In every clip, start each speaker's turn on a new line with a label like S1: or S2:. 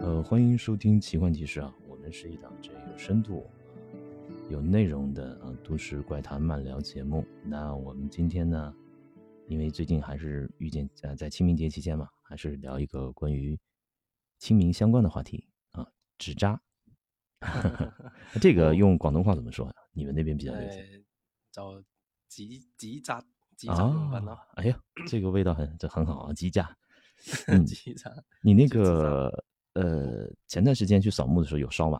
S1: 呃，欢迎收听《奇幻纪事》啊，我们是一档这有深度、有内容的啊都市怪谈漫聊节目。那我们今天呢，因为最近还是遇见呃，在清明节期间嘛，还是聊一个关于清明相关的话题啊，纸扎。 这个
S2: 哦
S1: 用广东话怎么说呀、你们那边比较流行
S2: 诶，就紙紙扎紙扎用品
S1: 啊
S2: 咯，？
S1: 哎呀，这个味道很这很好啊，鸡架。嗯
S2: 紙扎。
S1: 你那
S2: 就纸扎
S1: 个呃，前段时间去扫墓的时候有烧吗？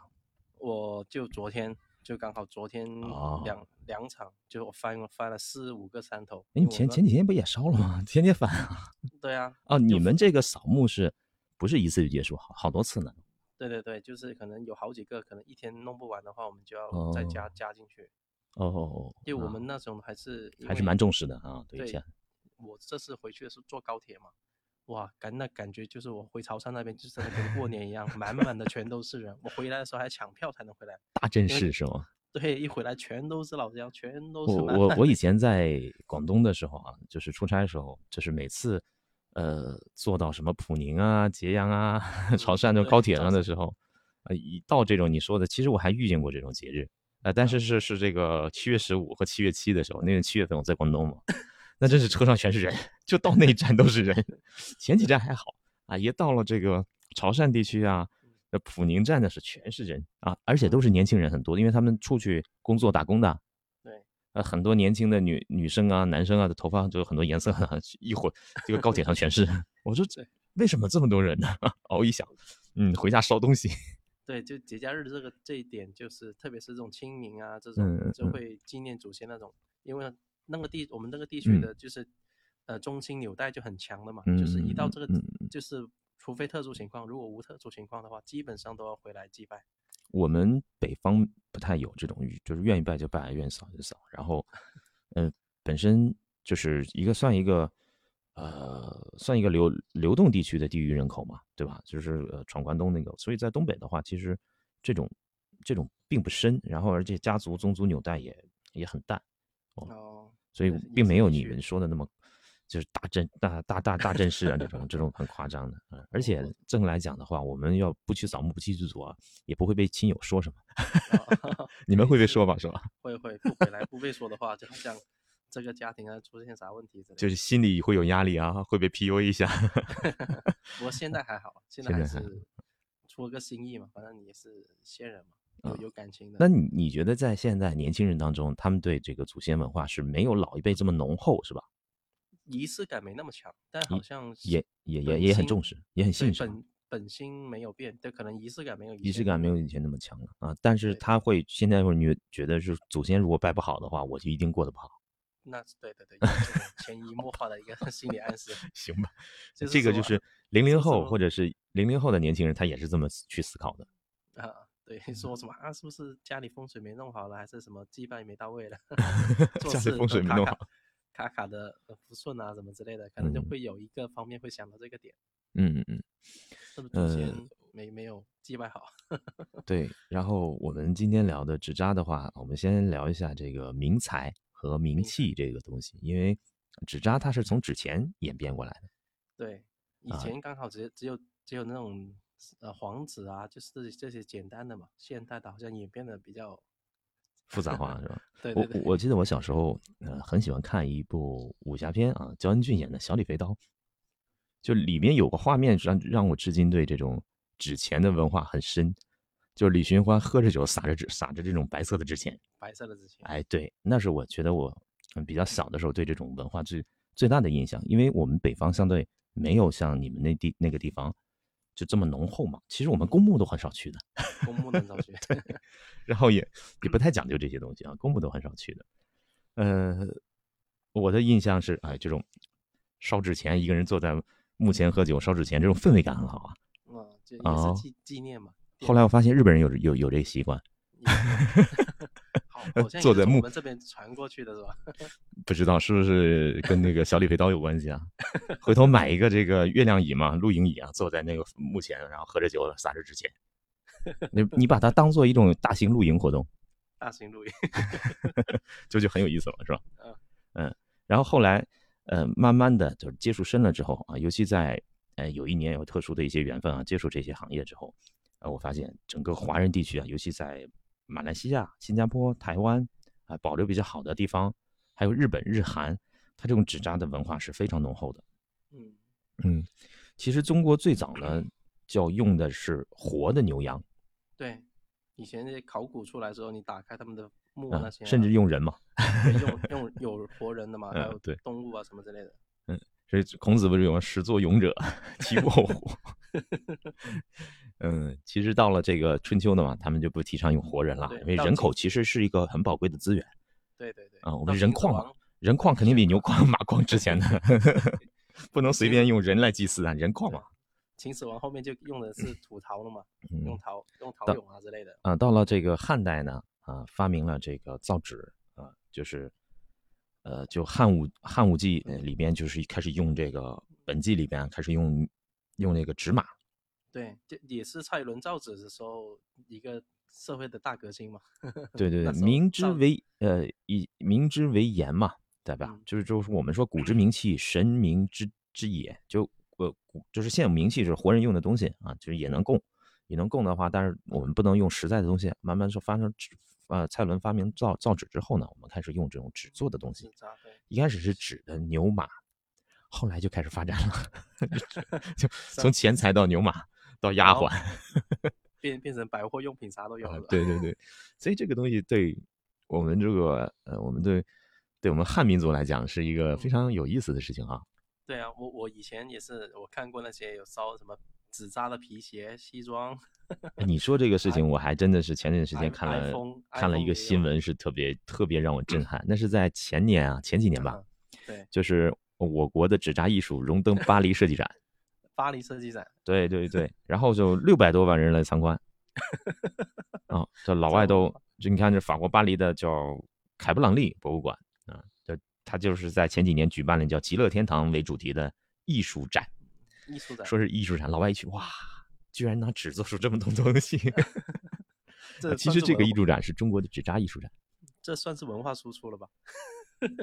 S2: 我就昨天就刚好昨天
S1: 哦
S2: 两两场，就我翻我翻了四五个山头。
S1: 哎，
S2: 因
S1: 你
S2: 为我
S1: 前
S2: 那
S1: 前几天不也烧了吗？ 天天反啊！
S2: 对啊，
S1: 啊，你
S2: 就
S1: 们这个扫墓是不是一次就结束？好好多次呢？
S2: 对对对，就是可能有好几个，可能一天弄不完的话，我们就要再加、
S1: 哦
S2: 加进去。
S1: 哦哦哦，
S2: 因为我们
S1: 啊
S2: 那种还是因
S1: 还是
S2: 为
S1: 蛮重视的啊，对
S2: 对
S1: 现在
S2: 我这次回去的是坐高铁嘛，哇，感那感觉就是我回潮汕那边就真的跟过年一样，满满的全都是人。我回来的时候还抢票才能回来，
S1: 大阵
S2: 因为
S1: 势是吗？
S2: 对，一回来全都是老乡，全都
S1: 我
S2: 是满
S1: 我
S2: 满
S1: 我
S2: 的
S1: 以前在广东的时候啊，就是出差的时候，就是每次呃坐到什么普宁啊、揭阳啊、 潮
S2: 嗯
S1: 汕这种
S2: 对
S1: 高铁
S2: 潮
S1: 上的
S2: 汕
S1: 时候，呃，一到这种你说的，其实我还遇见过这种节日，呃，
S2: 嗯
S1: 但是是是这个七月十五和七月七的时候，那个七月份我在广东嘛， 那真是车上全是人，就到那一站都是人，前几站还好啊，一到了这个潮汕地区啊。那普宁站呢是全是人啊，而且都是年轻人很多，因为他们出去工作打工的，
S2: 嗯对，
S1: 呃，很多年轻的女女生啊、男生啊的头发就有很多颜色啊，一会儿这个高铁上全是。我说这
S2: 对
S1: 为什么这么多人呢？ 哦，一想，嗯，回家烧东西。
S2: 对，就节假日这个这一点，就是特别是这种清明啊，这种、
S1: 嗯
S2: 就
S1: 嗯
S2: 会纪念祖先那种，因为那个地我们那个地区
S1: 嗯
S2: 的就是、呃中青纽带就很强的嘛，就是一到这个、
S1: 嗯嗯
S2: 就是除非特殊情况，如果无特殊情况的话，基本上都要回来祭拜。
S1: 我们北方不太有这种，就是愿意拜就拜，愿意扫就扫。然后，嗯，本身就是一个算一个，呃，算一个流流动地区的地域人口嘛，对吧？就是呃，闯关东那个，所以在东北的话，其实这种这种并不深，然后而且家族宗族纽带也也很淡，
S2: 哦，
S1: 所以
S2: 对饮
S1: 并没
S2: 食
S1: 有
S2: 必
S1: 你
S2: 须
S1: 们说的那么就是大阵大大大大阵势啊这种这种很夸张的。嗯，而且
S2: 我
S1: 正来讲的话，我们要不去扫墓不去祭祖啊，也不会被亲友说什么。
S2: 哦
S1: 你们
S2: 对
S1: 会被
S2: 是
S1: 说吧？是吧？
S2: 会会不回来不被说的话，就好像这个家庭啊出现啥问题之类的。
S1: 就是心里会有压力啊，会被 PUA 一下。
S2: 不过现在还好，现在
S1: 现
S2: 还
S1: 在还
S2: 是出了个心意嘛，反正你也是仙人嘛，有
S1: 啊
S2: 有感情的。
S1: 那你你觉得在现在年轻人当中，他们对这个祖先文化是没有老一辈这么浓厚，是吧？
S2: 仪式感没那么强，但好像是
S1: 也也也
S2: 本
S1: 也很
S2: 心
S1: 重视，也很
S2: 对
S1: 信守。
S2: 本本心没有变，但可能仪式感没有以
S1: 仪式
S2: 前
S1: 感
S2: 那
S1: 没
S2: 么
S1: 有以前那么强了啊，但是
S2: 对
S1: 他会现在会觉觉得是祖先如果拜不好的话，我就一定过得不好，
S2: 那是对对对，有这种潜移默化的一个 心理暗示。
S1: 行吧？
S2: 就是
S1: 呃这个
S2: 什
S1: 就
S2: 么
S1: 是零零
S2: 说什
S1: 后
S2: 么
S1: 或者是零零后的年轻人，他也是这么思去思考的。？
S2: 啊，对，说什么啊？是不是家里风水没弄好了，还是什么祭拜没到位了 做
S1: 家里
S2: 事
S1: 风
S2: 呃
S1: 水没
S2: 卡
S1: 弄
S2: 卡
S1: 好，
S2: 卡卡的呃不顺啊，什么之类的，可能就
S1: 嗯
S2: 会有一个方面会想到这个点，
S1: 嗯嗯嗯，
S2: 是不是
S1: 呃
S2: 祖先没没有祭拜好？
S1: 对。然后我们今天聊的纸扎的话，我们先聊一下这个名财和名
S2: 名财
S1: 气这个东西，因为纸扎它是从纸钱演变过来的。
S2: 对，以
S1: 啊
S2: 前刚好只只有只有那种呃黄纸啊，就是这些这些简单的嘛，现代的好像演变得比较，
S1: 复杂化是吧？
S2: 对
S1: 我
S2: 对对，
S1: 我记得我小时候呃很喜欢看一部武侠片啊，焦恩俊演的《小李飞刀》，就里面有个画面让让我至今对这种纸钱的文化很深，就是李寻欢喝着酒撒着纸撒着这种白色的纸钱，
S2: 白色的纸钱，
S1: 哎，对，那是我觉得我嗯比较小的时候对这种文化最最大的印象，因为我们北方相对没有像你们那地那个地方就这么浓厚嘛，其实我们公墓都很少去的。
S2: 公墓 能找去，
S1: 然后也也不太讲究这些东西啊，公墓都很少去的。呃，我的印象是，哎，这种烧纸钱，一个人坐在墓前喝酒烧纸钱，这种氛围感很好啊。
S2: 嗯，就
S1: 哦
S2: 也是纪纪念嘛。
S1: 后来我发现日本人有有有这个习惯，
S2: 也是好，好像也
S1: 坐
S2: 是
S1: 在
S2: 从
S1: 木
S2: 我们这边传过去的是吧？
S1: 不知道是不是跟那个小李飞刀有关系啊？回头买一个这个月亮椅嘛，露营椅啊，坐在那个墓前，然后喝着酒，撒着纸钱。你你把它当做一种大型露营活动，
S2: 大型露营，
S1: 这就很有意思了，是吧
S2: 嗯？
S1: 嗯，然后后来呃，慢慢的就是接触深了之后啊，尤其在呃，有一年有特殊的一些缘分啊，接触这些行业之后，呃，我发现整个华人地区啊，尤其在马来西亚、新加坡、台湾啊、保留比较好的地方，还有日本、日韩，它这种纸扎的文化是非常浓厚的。
S2: 嗯
S1: 嗯，其实中国最早呢，叫用的是活的牛羊
S2: 对，以前那些考古出来之后，你打开他们的墓
S1: 啊
S2: 那，些啊、
S1: 甚至用人嘛。
S2: 对用 用有活人的嘛，还
S1: 嗯
S2: 有
S1: 对
S2: 动物啊什么之类的。
S1: 所以孔子不是有“始作俑者，其 不后乎” 。嗯，其实到了这个春秋呢嘛，他们就不提倡用活人了，
S2: 对
S1: 因为
S2: 到
S1: 人
S2: 秦
S1: 口其实是一个很宝贵的资源
S2: 对对对
S1: 啊、我
S2: 到
S1: 们人
S2: 秦始
S1: 矿嘛
S2: 皇，
S1: 人矿肯定比牛矿、马矿值钱的， 不能随
S2: 秦
S1: 便用人来祭祀啊，人矿
S2: 对
S1: 嘛。
S2: 秦始皇后面就用的是土陶了嘛，
S1: 嗯
S2: 用陶用陶俑啊之类的。
S1: 啊、到了这个汉代呢，啊、发明了这个造纸啊、就是，呃，就汉武汉武纪呃里边就是开始用这个本纪里边开始用用那个纸马，
S2: 对，这也是蔡伦造纸的时候一个社会的大革新嘛。
S1: 对对
S2: 那
S1: 对，
S2: 时候
S1: 明知
S2: 造
S1: 为呃以明知为言嘛，对吧
S2: 嗯？
S1: 就是就是我们说古之名器，神明之之也，就呃古就是现有名器是活人用的东西啊，就是也能供，也能供的话，但是我们不能用实在的东西。慢慢说发生纸呃蔡伦发明造造纸之后呢，我们开始用这种纸做的东西
S2: 纸，扎对，
S1: 一开始是纸的牛马，后来就开始发展了， 就从钱财到牛马到丫
S2: 然后
S1: 鬟。
S2: 变变成百货用品啥都有
S1: 啊
S2: 了。
S1: 对对对，所以这个东西对我们这个呃，我们对对我们汉民族来讲是一个非
S2: 嗯
S1: 常有意思的事情 啊。
S2: 对啊，我我以前也是，我看过那些有烧什么纸扎的皮鞋、西装，
S1: 哎你说这个事情，我还真的是前段时间
S2: i-
S1: 看了
S2: 哎 iPhone-
S1: 看了一
S2: iPhone 也有
S1: 个新闻，是特别特别让我震撼。那是在前年啊，前几年吧
S2: 嗯，对，
S1: 就是我国的纸扎艺术荣登巴黎设计展。
S2: 巴黎设计展，
S1: 对对对，然后就六百多万人来参 观，啊，这老外
S2: 这么
S1: 都，就你看这法国巴黎的叫凯布朗利博物馆啊，这他就是在前几年举办了叫“极乐天堂”为主题的艺术展，
S2: 艺术展，
S1: 说是艺术展，老外一去哇，居然拿纸做出这么多东 西。
S2: 这
S1: 呃其
S2: 算
S1: 实
S2: 是
S1: 这个
S2: 文
S1: 艺
S2: 化
S1: 术展是中国的纸扎艺术展，
S2: 这算是文化输出了吧？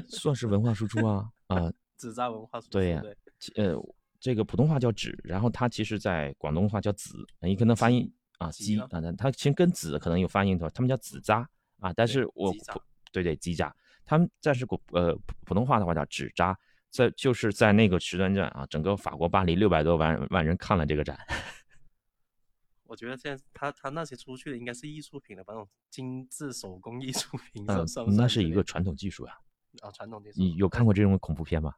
S1: 算是文化输出 啊啊、
S2: 纸扎文化输出，
S1: 对呀
S2: 对
S1: 其呃，这个普通话叫纸，然后它其实在广东话叫子，呃你可能发音
S2: 鸡
S1: 啊
S2: 鸡
S1: 鸡
S2: 呢
S1: 啊，它它其实跟子可能有发音的，他们叫子扎啊，但
S2: 对
S1: 是我
S2: 鸡扎
S1: 普对对鸡扎，他们但是古呃普普通话的话叫纸扎，在就是在那个时段站啊，整个法国巴黎六百多万万人看了这个展，
S2: 我觉得现在他他那些出去的应该是艺术品了吧，那种精致手工艺术品，
S1: 嗯
S2: 算算不，
S1: 那
S2: 算
S1: 是
S2: 之
S1: 一
S2: 类
S1: 个
S2: 的
S1: 传统技术呀、
S2: 啊传统技术。
S1: 你有看过这种恐怖片吗？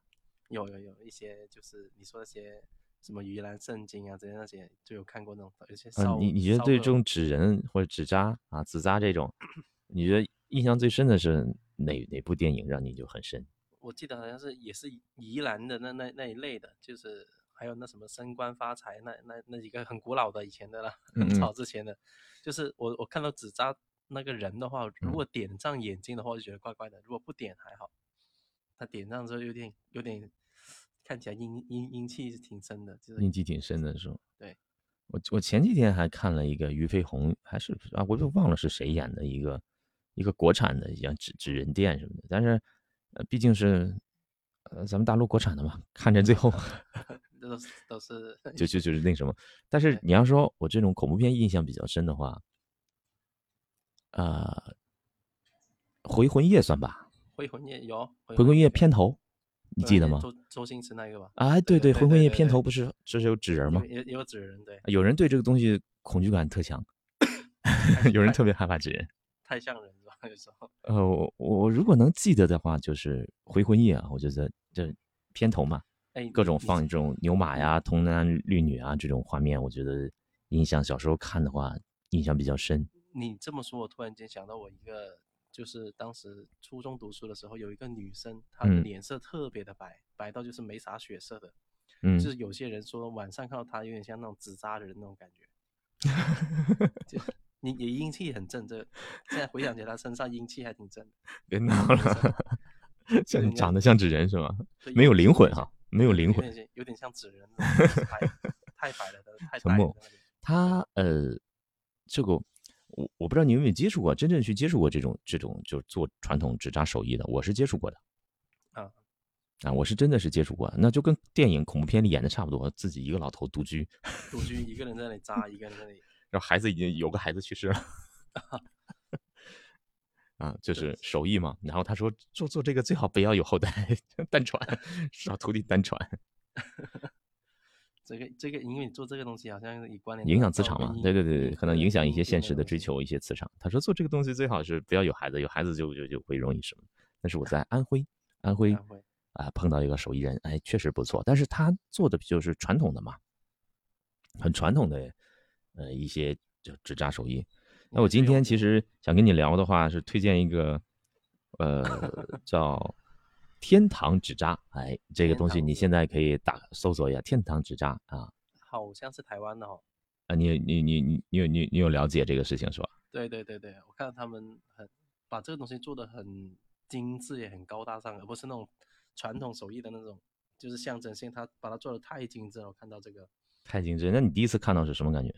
S2: 有有有一些就是你说那些什么盂兰胜经啊之类那些，就有看过那种有些
S1: 嗯、
S2: 烧。
S1: 你你觉得
S2: 烧
S1: 对
S2: 恶
S1: 这种纸人或者纸扎啊、纸扎这种，你觉得印象最深的是哪哪部电影让你就很深？
S2: 我记得好像是也是宜兰的那那那一类的，就是还有那什么升官发财那那那几个很古老的以前的啦，很
S1: 嗯嗯
S2: 早之前的，就是我我看到纸扎那个人的话，
S1: 嗯
S2: 如果点上眼睛的话，我就觉得怪怪的；如果不点还好，他点上之后有点有点看起来阴阴阴气是挺深的，就是
S1: 印记挺深的，是吗？
S2: 对，
S1: 我我前几天还看了一个俞飞鸿，还是啊，我就忘了是谁演的一个一个国产的，像纸纸人店什么的，但是呃，毕竟是呃咱们大陆国产的嘛，看着最 后
S2: 这都是都是
S1: 就就就是那什么。但是
S2: 对
S1: 你要说我这种恐怖片印象比较深的话，呃，《回魂夜》算吧，
S2: 回魂夜有
S1: 《
S2: 回
S1: 回魂夜》
S2: 夜
S1: 片头你
S2: 回
S1: 记
S2: 魂
S1: 得
S2: 夜
S1: 吗？
S2: 周周星驰那个吧？
S1: 哎，对
S2: 对
S1: 《回魂夜》
S2: 对
S1: 片
S2: 对
S1: 头不是这是有纸人吗啊
S2: 有？有有纸人对，
S1: 有人对这个东西恐惧感特强，
S2: 太
S1: 有人
S2: 太
S1: 特别害怕纸人。
S2: 太像人了，有时 候
S1: 呃，我我如果能记得的话，就是《回魂夜》啊，我觉得这片头嘛，
S2: 哎
S1: 各
S2: 你
S1: 种
S2: 你
S1: 放
S2: 记
S1: 这种牛马呀、童男绿女啊这种画面，我觉得印象小时候看的话印象比较深。
S2: 你这么说，我突然间想到我一个，就是当时初中读书的时候，有一个女生，她的
S1: 嗯
S2: 脸色特别的白，白到就是没啥血色的，
S1: 嗯
S2: 就是有些人说晚上看到她有点像那种纸扎人那种感觉， 就你你阴气很正，这现在回想起来，她身上阴气还挺正的，
S1: 别闹
S2: 像
S1: 了，
S2: 就人
S1: 像
S2: 家
S1: 长得像纸人是吗？
S2: 对
S1: 没有灵魂
S2: 点
S1: 哈
S2: 像，
S1: 没有灵
S2: 有
S1: 魂。
S2: 点像有点像纸人那 种，就是白太白了，太
S1: 沉
S2: 白了
S1: 默
S2: 那里
S1: 他呃，这个我我不知道你有没有接触过，真正去接触过这种这种就是做传统纸扎手艺的，我是接触过的。
S2: 啊，
S1: 啊，我是真的是接触过，那就跟电影恐怖片里演的差不多，自己一个老头独居，
S2: 独居一个人在那里扎，一个人在那里，
S1: 然后孩子已经有个孩子去世了， 啊，就
S2: 对
S1: 是手艺嘛。然后他说做做这个最好不要有后代， 单传，少徒弟单传，
S2: 这个这个，因为你做这个东西好像以关联
S1: 影
S2: 到
S1: 响磁
S2: 到
S1: 场
S2: 婚
S1: 嘛。
S2: 姻
S1: 对对对，对可能影响一些现实的追。
S2: 婚姻
S1: 求，一些磁场。他说做这个东西最好是不要有孩子，有孩子就就就会容易什么。但是我在安徽，安徽
S2: 安徽
S1: 啊、碰到一个手艺人，哎，确实不错，但是他做的就是传统的嘛，很传统的呃一些就纸扎手艺。那我今天其实想跟你聊的话，是推荐一个，呃，叫天堂纸扎。哎，这个
S2: 天
S1: 东西
S2: 堂
S1: 你
S2: 纸
S1: 现在可以打搜索一下天堂纸扎啊
S2: 好像是台湾的哦。
S1: 啊！你你你你你有你你有了解这个事情是吧？
S2: 对对对对，我看到他们很把这个东西做的很精致，也很高大上，而不是那种传统手艺的那种，就是象征性。他把它做的太精致了，我看到这个，
S1: 太精致！那你第一次看到是什么感觉？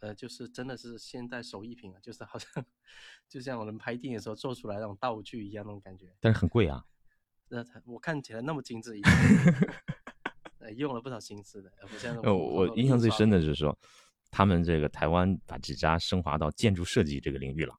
S2: 呃，就是真的是现代手艺品啊，就是好像 就像我们拍电影的时候做出来那种道具一样那种感觉。
S1: 但是很贵啊，
S2: 那它我看起来那么精致一 定，呃，用了不少心思的，而哎不像那
S1: 呃，
S2: 种普
S1: 我
S2: 通
S1: 印象
S2: 印
S1: 最
S2: 刷
S1: 深的
S2: 品
S1: 是说，他们这个台湾把纸扎升华到建筑设计这个领域了。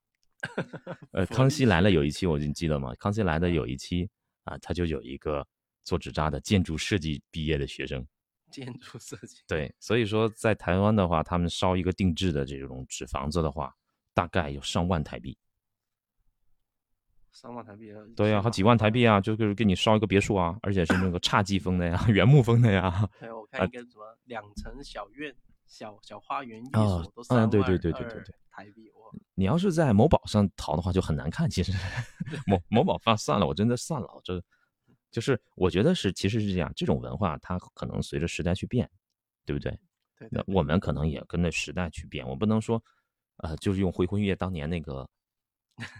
S1: 呃，《
S2: 佛
S1: 康
S2: 理
S1: 熙来了》有一期，我你记得吗？《康熙来了》有一期啊，他就有一个做纸扎的建筑设计毕业的学生。
S2: 建筑设计，
S1: 对，所以说在台湾的话，他们烧一个定制的这种纸房子的话，大概有上万台币。
S2: 三万台币要
S1: 对呀、
S2: 去
S1: 好几
S2: 吧
S1: 万台币啊，就就是给你烧一个别墅啊，而且是那个侘寂风的呀， 原木风的呀。
S2: 还哎有我
S1: 啊
S2: 看一个什么两层小院、小小花园寓
S1: 啊
S2: 所都
S1: 嗯
S2: 三
S1: 对
S2: 万
S1: 对对对对嗯
S2: 二
S1: 对
S2: 台币，哇，
S1: 你要是在某宝上淘的话，就很难看。其实某某宝放算了，我真的算了，我这就是我觉得是，其实是这样，这种文化它可能随着时代去变，对不对？
S2: 对对
S1: 那我们可能也跟着时代去变，我不能说，呃，就是用回魂夜当年那个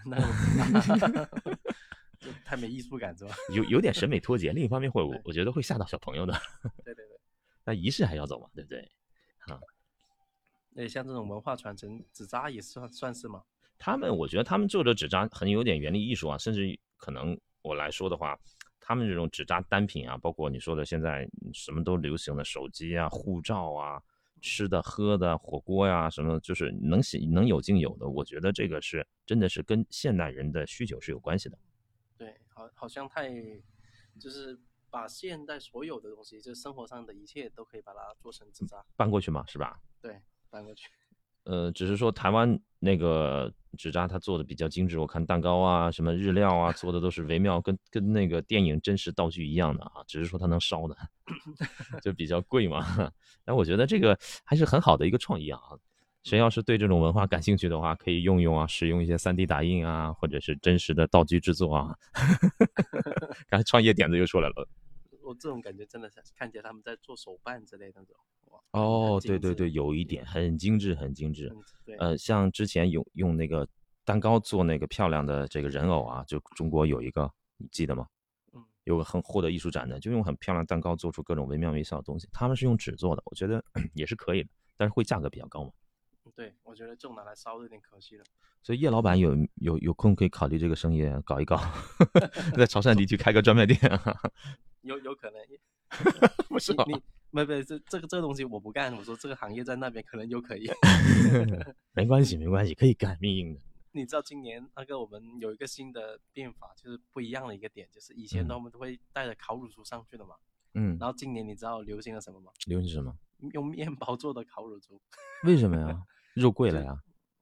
S2: 那我 这太没艺术感是吧？
S1: 有有点审美脱节，另一方面会我我觉得会吓到小朋友的。
S2: 对对对，
S1: 那仪式还要走嘛，对不对？
S2: 那哎像这种文化传承，纸扎也算算是嘛？
S1: 他们我觉得他们做的纸扎很有点原力艺术啊，甚至可能我来说的话，他们这种纸扎单品啊，包括你说的现在嗯什么都流行的手机啊、护照啊、吃的喝的、火锅呀、什么，就是能喜能有尽有的。我觉得这个是真的是跟现代人的需求是有关系的。
S2: 对，好，好像太就是把现代所有的东西，就是生活上的一切都可以把它做成纸扎
S1: 搬过去嘛，是吧？
S2: 搬过去。
S1: 呃，只是说台湾那个纸扎它做的比较精致，我看蛋糕啊、什么日料啊，做的都是惟妙跟跟那个电影真实道具一样的啊，只是说它能烧 的，就比较贵嘛。 但我觉得这个还是很好的一个创意啊。谁要是对这种文化感兴趣的话，可以用用啊，使用一些 3D 打印啊，或者是真实的道具制作 啊。刚才创业点子又出来了。
S2: 我这种感觉真的是看起来他们在做手办之类的那种，哇，很
S1: 哦，对对对，，
S2: 很精致
S1: 有一点很精致，很精致。
S2: 嗯对，
S1: 呃，像之前用用那个蛋糕做那个漂亮的这个人偶啊，就中国有一个，你记得吗？
S2: 嗯，
S1: 有个很获得艺术展的，就用很漂亮的蛋糕做出各种惟妙惟肖的东西。他们是用纸做的，我觉得 也是可以的，但是会价格比较高嘛。
S2: 对，我觉得这种拿来烧有点可惜了。
S1: 所以叶老板有有有空可以考虑这个生意啊搞 一搞， 在潮汕地区开个专卖店、啊，
S2: 有有可能，你
S1: 不是吧
S2: 你没没这这个这个东西我不干，我说这个行业在那边可能有 可以。
S1: 没关系没关系，可以干命硬的。
S2: 你知道今年那个我们有一个新的变法，就是不一样的一个点，就是以前
S1: 嗯
S2: 他们都会带着烤乳猪上去的嘛，
S1: 嗯，
S2: 然后今年你知道流行了什么吗？
S1: 流行什么？
S2: 用面包做的烤乳猪，
S1: 为什么 呀？肉贵了
S2: 就
S1: 呀？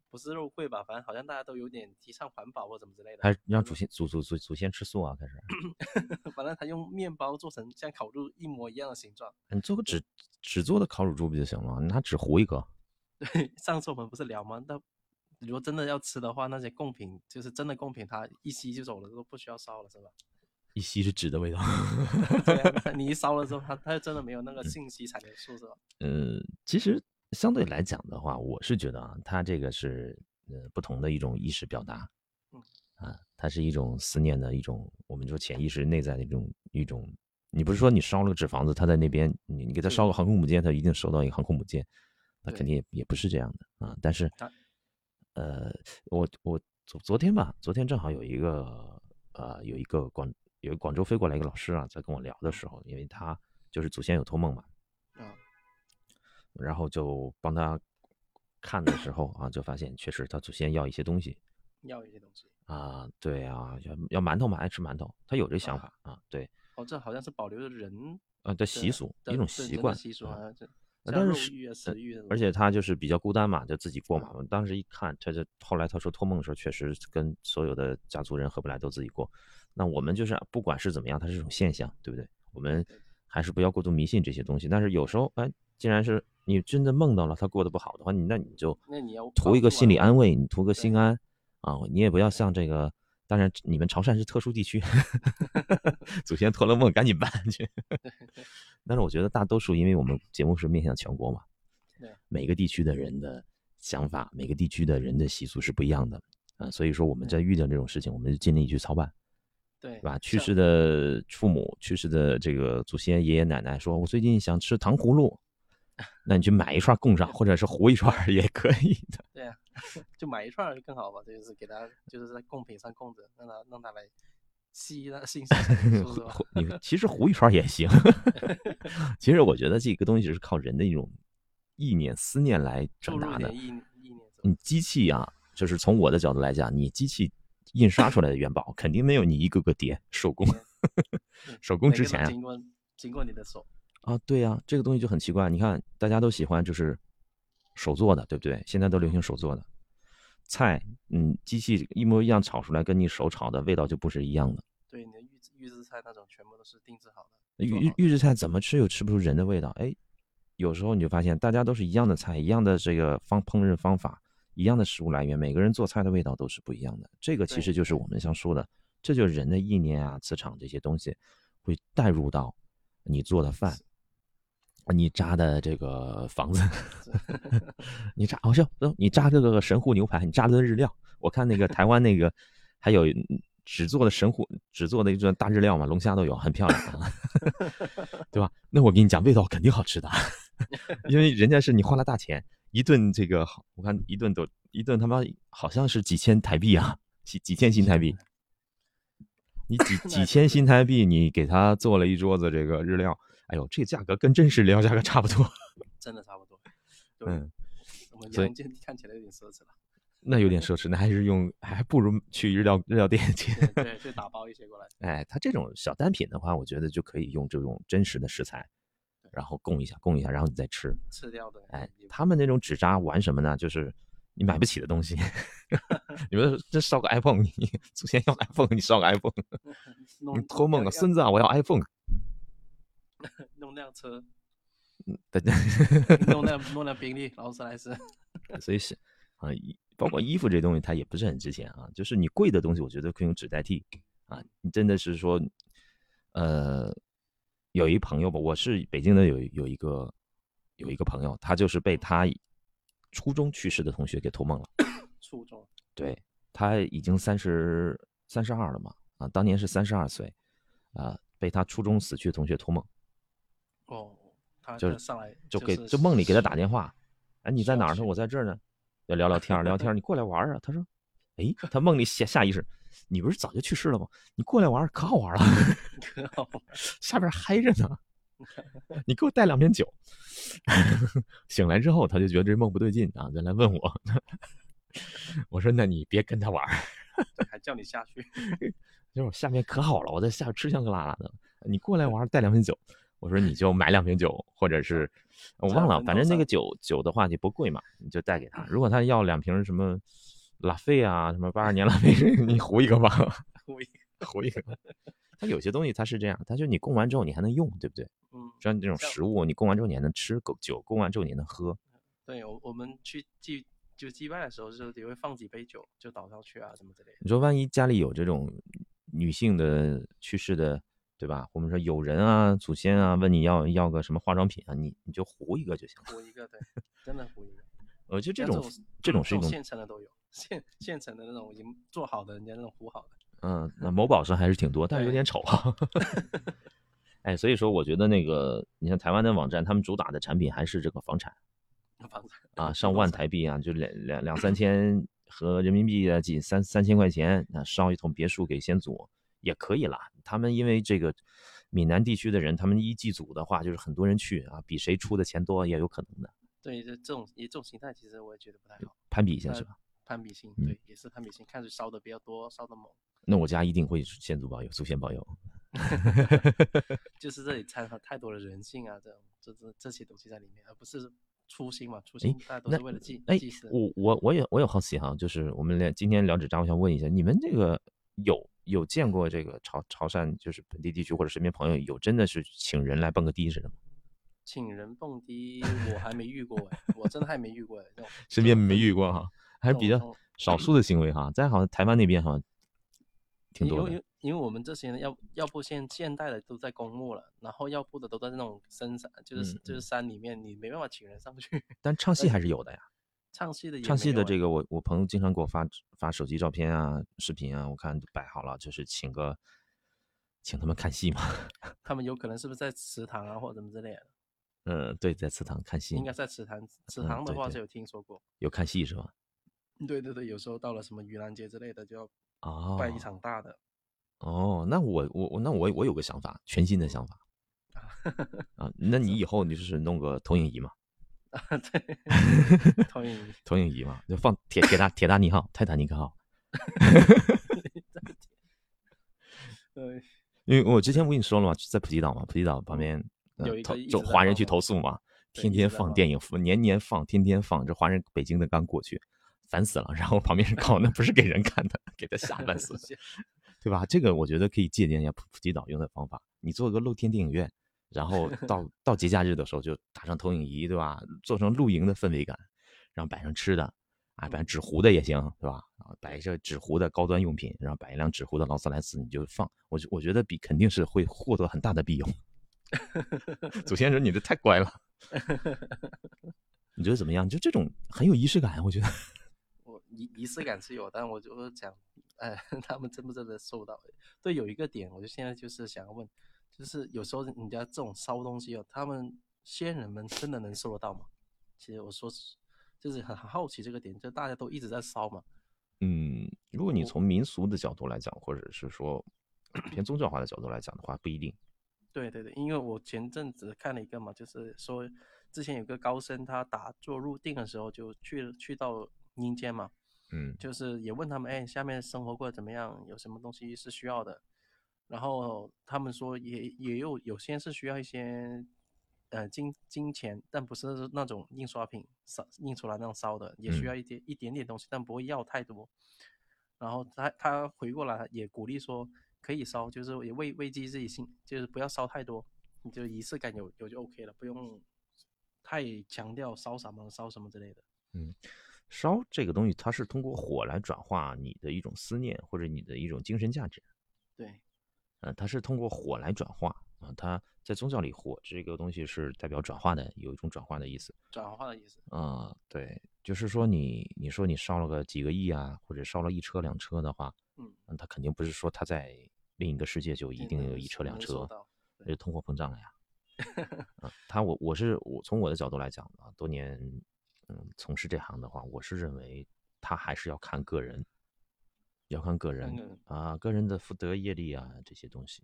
S2: 不是肉桂吧？反正好像大家都有点提倡环保或怎么之类的，
S1: 还是让祖先祖祖祖祖先吃素啊？开始。
S2: 反正他用面包做成像烤肉一模一样的形状。
S1: 你做个纸纸做的烤乳猪不就行了？你拿纸糊一个，
S2: 对， 上次我们不是聊吗？那如果真的要吃的话，那些贡品就是真的贡品，它一吸就走了，都不需要烧了，是吧？
S1: 一吸是纸的味道。
S2: 对啊，那你一烧了之后，它它就真的没有那个信息产生素，是吧？
S1: 嗯，其实相对来讲的话，我是觉得啊，它这个是呃不同的一种意识表达
S2: 嗯，
S1: 啊，它是一种思念的一种，我们说潜意识内在的一种一种。你不是说你烧了个纸房子，它在那边，你你给它
S2: 对
S1: 烧个航空母舰，它一定收到一个航空母舰，那
S2: 对
S1: 肯定也也不是这样的啊。但是
S2: 它，
S1: 呃，我我昨昨天吧，昨天正好有一个呃有一个广有广州飞过来一个老师啊，在跟我聊的时候，因为他就是祖先有托梦嘛，
S2: 啊，
S1: 然后就帮他看的时候啊，就发现确实他祖先要一些东西
S2: 要一些东西。
S1: 啊，对啊，要要馒头嘛，爱吃馒头，他有这想法啊，对，
S2: 哦，这好像是保留了人
S1: 呃的
S2: 的
S1: 习俗
S2: 的
S1: 一种
S2: 对
S1: 习
S2: 人的
S1: 惯，
S2: 习俗
S1: 啊
S2: 啊，这
S1: 呃
S2: 像
S1: 但是
S2: 肉
S1: 是
S2: 欲啊、
S1: 呃
S2: 食欲那种。
S1: 而且他就是比较孤单嘛，就自己过
S2: 嗯
S1: 嘛。我当时一看，他就后来他说托梦的时候，确实跟所有的家族人合不来，都自己过。那我们就是不管是怎么样，它是一种现象，对不对？我们
S2: 对
S1: 还是不要过度迷信这些东西。但是有时候，哎，既然是你真的梦到了他过得不好的话，你那你就
S2: 那你要
S1: 图
S2: 帮
S1: 一个
S2: 助
S1: 心理
S2: 啊
S1: 安慰，你图个
S2: 对
S1: 心安啊，你也不要像这个。当然，你们潮汕是特殊地区， 祖先托了梦，赶紧搬去。 但是我觉得大多数，因为我们节目是面向全国嘛，
S2: 对
S1: 每个地区的人的想法，每个地区的人的习俗是不一样的啊、所以说我们在遇见这种事情，我们就尽力去操办，
S2: 对
S1: 对吧？去
S2: 像
S1: 世的父母、去世的这个祖先、爷爷奶奶说，我最近想吃糖葫 芦，那你去买一串供上，或者是糊一串儿也可以的。
S2: 对啊， 就买一串儿就更好嘛，这就是给他就是在贡品上供着，让他让他来吸 他欣赏这个
S1: 糊
S2: 说
S1: 糊你其实糊一串儿也行。 其实我觉得这个东西是靠人的一种意念、思念来
S2: 注
S1: 传达
S2: 入一
S1: 的
S2: 点。意意念是吧
S1: 你机器啊，就是从我的角度来讲，你机器印刷出来的元宝肯定没有你一个个叠手工
S2: 对
S1: 手工
S2: 嗯每
S1: 值
S2: 个都
S1: 钱啊
S2: 经过经过你的手，
S1: 啊，对呀、这个东西就很奇怪。你看，大家都喜欢就是手做的，对不对？现在都流行手做的菜，嗯，机器一模一样炒出来，跟你手炒的味道就不是一样的。
S2: 对你的预制预制菜那种全部都是定制好的，做
S1: 预
S2: 好
S1: 预制菜怎么吃又吃不出人的味道？哎，有时候你就发现，大家都是一样的菜，一样的这个方烹饪方法，一样的食物来源，每个人做菜的味道都是不一样的。这个其
S2: 对
S1: 实就是
S2: 对
S1: 我们想说的，这就是人的意念啊、磁场这些东西会带入到你做的饭、你扎的这个房子、
S2: 的
S1: 你炸好像不，你炸这个神户牛排，你炸顿日料。我看那个台湾那个还有纸做的神户纸做的一种大日料嘛，龙虾都有，很漂亮啊， 对吧？那我跟你讲，味道肯定好吃的， 因为人家是你花了大钱，一顿这个好，我看一顿都一顿他妈好像是几千台币啊，几几千新台币。你几
S2: 那
S1: 几
S2: 真
S1: 千
S2: 是
S1: 新台币，你给他做了一桌子这个日料，哎呦，这价格跟真实日料价格差不多。
S2: 真的差不多。对
S1: 嗯，，
S2: 我们
S1: 所以
S2: 杨戬看起来有点奢侈了，
S1: 那有点奢侈，那还是用，还不如去日料日料店去。
S2: 对对，就打包一些过来，
S1: 哎，它这种小单品的话，我觉得就可以用这种真实的食材，然后供一下，供一下，然后你再吃。
S2: 吃掉的。
S1: 哎
S2: 也，
S1: 他们那种纸扎玩什么呢？就是你买不起的东 西。你们这烧个 iPhone，你 祖先要 iPhone，你烧个 iPhone，
S2: 弄
S1: 你托梦
S2: 要
S1: 啊，
S2: 要
S1: 孙子啊，我要 iPhone。
S2: 弄辆车，
S1: 嗯对
S2: 弄辆 弄辆宾利、劳斯莱斯，
S1: 所以是啊，衣包括衣服这东西，它也不是很值钱啊。就是你贵的东西，我觉得可以用纸代替啊。你真的是说，呃，有一朋友吧，我是北京的有有一个有一个朋友，他就是被他初中去世的同学给托梦了。
S2: 初中
S1: 对他已经三十三十二了嘛，啊，当年是三十二岁，啊，被他初中死去的同学托梦，
S2: 哦，他
S1: 就是
S2: 他上来
S1: 就给
S2: 是
S1: 就梦里给他打电话，哎，你在
S2: 消
S1: 哪儿？他
S2: 息
S1: 说我在这儿呢，要聊聊天儿，聊天儿，你过来玩儿啊。他说，哎，他梦里下下意识，你不是早就去世了吗？你过来玩儿可好玩儿了，
S2: 可好玩儿
S1: 下边儿嗨着呢，你给我带两瓶酒。 醒来之后，他就觉得这梦不对劲啊，就来问我。 我说，那你别跟他玩儿，
S2: 对还叫你下去，
S1: 就是我下面可好了，我在下边吃香喝辣辣的，你过来玩儿带两瓶酒。我说你就买两瓶酒，或者是我
S2: 在
S1: 忘了，
S2: 门
S1: 反
S2: 头
S1: 正那
S2: 上
S1: 个酒酒的话就不贵嘛，你就带给他。如果他要两瓶什么拉菲啊，什么八二年拉菲， 你糊一个吧，
S2: 我一
S1: 糊一个。它有些东西它是这样，它就你供完之后你还能用，对不对？
S2: 嗯，
S1: 像这种
S2: 像
S1: 食物，你供完之后你还能吃，狗酒供完之后你还能喝。
S2: 对，我我们去祭就祭拜的时候，就也会放几杯酒，就倒上去啊什么之类的。
S1: 你说万一家里有这种女性的去世的，对吧？我们说有人啊、祖先啊问你要要个什么化妆品啊，你你就糊一个就行了。
S2: 糊一个，对，真的糊一个。
S1: 我觉得 这
S2: 像
S1: 种
S2: 种
S1: 这种是一种
S2: 现成的都有，现现成的那种已经做好的，人家那种糊好的。
S1: 嗯，那某宝上还是挺多，但是有
S2: 对
S1: 点丑啊。 哎，所以说我觉得那个，你像台湾的网站，他们主打的产品还是这个房产
S2: 房子
S1: 啊，上万，台币啊，就两两
S2: 嗯
S1: 两三千和人民币啊，几三三千块钱，那烧一栋别墅给先祖，也可以啦。他们因为这个闽南地区的人，他们一祭祖的话，就是很多人去啊，比谁出的钱多也有可能的，
S2: 对，这这种也这种形态，其实我也觉得不太好。
S1: 攀比一下
S2: 那
S1: 是吧？
S2: 攀比心，
S1: 嗯
S2: 对，也是攀比心，看谁烧的比较多，烧的猛，
S1: 那我家一定会先祖保佑，祖先保佑。
S2: 就是这里掺和太多的人性啊，这种这这这些东西在里面，而不是初心嘛，初心大家都
S1: 那
S2: 是为了祭
S1: 哎
S2: 祭祀，。
S1: 我我我也我有好奇哈，就是我们聊今天聊纸扎，我想问一下，你们这个有有见过这个潮潮汕就是本地地区或者身边朋友有真的是请人来蹦个迪似的吗？
S2: 请人蹦迪，我还没遇过哎，我真的还没遇过哎，这种
S1: 身边没遇过哈，还是比
S2: 这
S1: 较
S2: 种
S1: 少数的行为哈，在好像台湾那边好像挺
S2: 因
S1: 多
S2: 为因
S1: 的
S2: 为因为我们这些人要要不现现代的都在公墓了，然后要不的都在那种深山，就是、
S1: 嗯
S2: 就
S1: 嗯
S2: 是山里面，你没办法请人上去。
S1: 但唱戏还是有的呀。
S2: 唱戏的呃也
S1: 唱戏
S2: 没
S1: 的
S2: 有哎
S1: 这个，我我朋友经常给我发发手机照片啊、视频啊，我看都摆好了，就是请个请他们看戏嘛。
S2: 他们有可能是不是在祠堂啊或者什么之类的，
S1: 嗯，对，在祠堂看戏，
S2: 应该在祠堂。祠
S1: 嗯
S2: 堂的
S1: 对
S2: 话
S1: 对
S2: 是有听说过，
S1: 有看戏是吧？
S2: 对对对，有时候到了什么盂兰节之类的就要
S1: 哦，
S2: 办一场大的。
S1: 哦，那我我我那我我有个想法，全新的想 法啊，那你以后你就是弄个投影仪嘛，
S2: 啊，对， 投影仪
S1: 投影仪嘛，就放铁铁达铁达尼号、泰坦尼克号，
S2: 对，
S1: 因为我之前不跟你说了嘛，在普吉岛嘛，普吉岛旁边、呃
S2: 有一个
S1: 投
S2: 一
S1: 就
S2: 直在
S1: 华人
S2: 放
S1: 去
S2: 嘛
S1: 投诉嘛，
S2: 对
S1: 天
S2: 一
S1: 天
S2: 直在
S1: 放
S2: 放，
S1: 电影，年年放，天天放，这华人北京的刚过去，烦死了。然后旁边人告我，那不是给人看的， 给他吓半死
S2: 是
S1: 对吧？这个我觉得可以借鉴一下普普吉岛用的方法，你做个露天电影院，然后到到节假日的时候就打上投影仪，对吧？做成露营的氛围感，然后摆上吃的。啊，摆上纸糊的也行，对吧？啊，摆一些纸糊的高端用品，然后摆一辆纸糊的劳斯莱斯，你就放。我觉我觉得比肯定是会获得很大的庇佑。祖先人，你这太乖了，你觉得怎么样？就这种很有仪式感，我觉得。
S2: 我仪仪式感是有，但我就讲，哎， 他们真不真的受到？对，有一个点，我就现在就是想要问，就是有时候人家这种烧东西哦，他们先人们真的能受得到吗？其实我说是，就是很很好奇这个点，就大家都一直在烧嘛，
S1: 嗯，如
S2: 哦
S1: 果你从民俗的角度来讲，或者是说偏宗教化的角度来讲的话，不一定。
S2: 对对对，因为我前阵子看了一个嘛，就是说之前有个高僧，他打坐入定的时候就去去到阴间嘛，
S1: 嗯
S2: 就是也问他们，哎，下面生活过得怎么样？有什么东西是需要的？然后他们说也也有有些是需要一些呃金金钱，但不是那种印刷品烧印出来那种烧的，也
S1: 嗯
S2: 需要一点一点点东西，但不会要太多。然后他他回过来也鼓励说可以烧，就是也慰慰藉自己心，就是不要烧太多，你就仪式感有有就 OK 了，不用太强调烧什么烧什么之类的。
S1: 嗯，烧这个东西，它是通过火来转化你的一种思念或者你的一种精神价值。
S2: 对，
S1: 呃，它是通过火来转化啊、它在宗教里火这个东西是代表转化的，有一种转化的意思
S2: 转化的意思。
S1: 啊、对，就是说你你说你烧了个几个亿啊，或者烧了一车两车的话，
S2: 嗯，
S1: 那它肯定不是说它在另一个世界就一
S2: 对
S1: 定
S2: 能
S1: 有一车两
S2: 能收
S1: 车，
S2: 到
S1: 那就呃通货膨胀了呀。 啊，他我我是我从我的角度来讲啊，多年嗯从事这行的话，我是认为他还是要看个人，要看个人
S2: 个人
S1: 啊，个人的福德业力啊这些东西。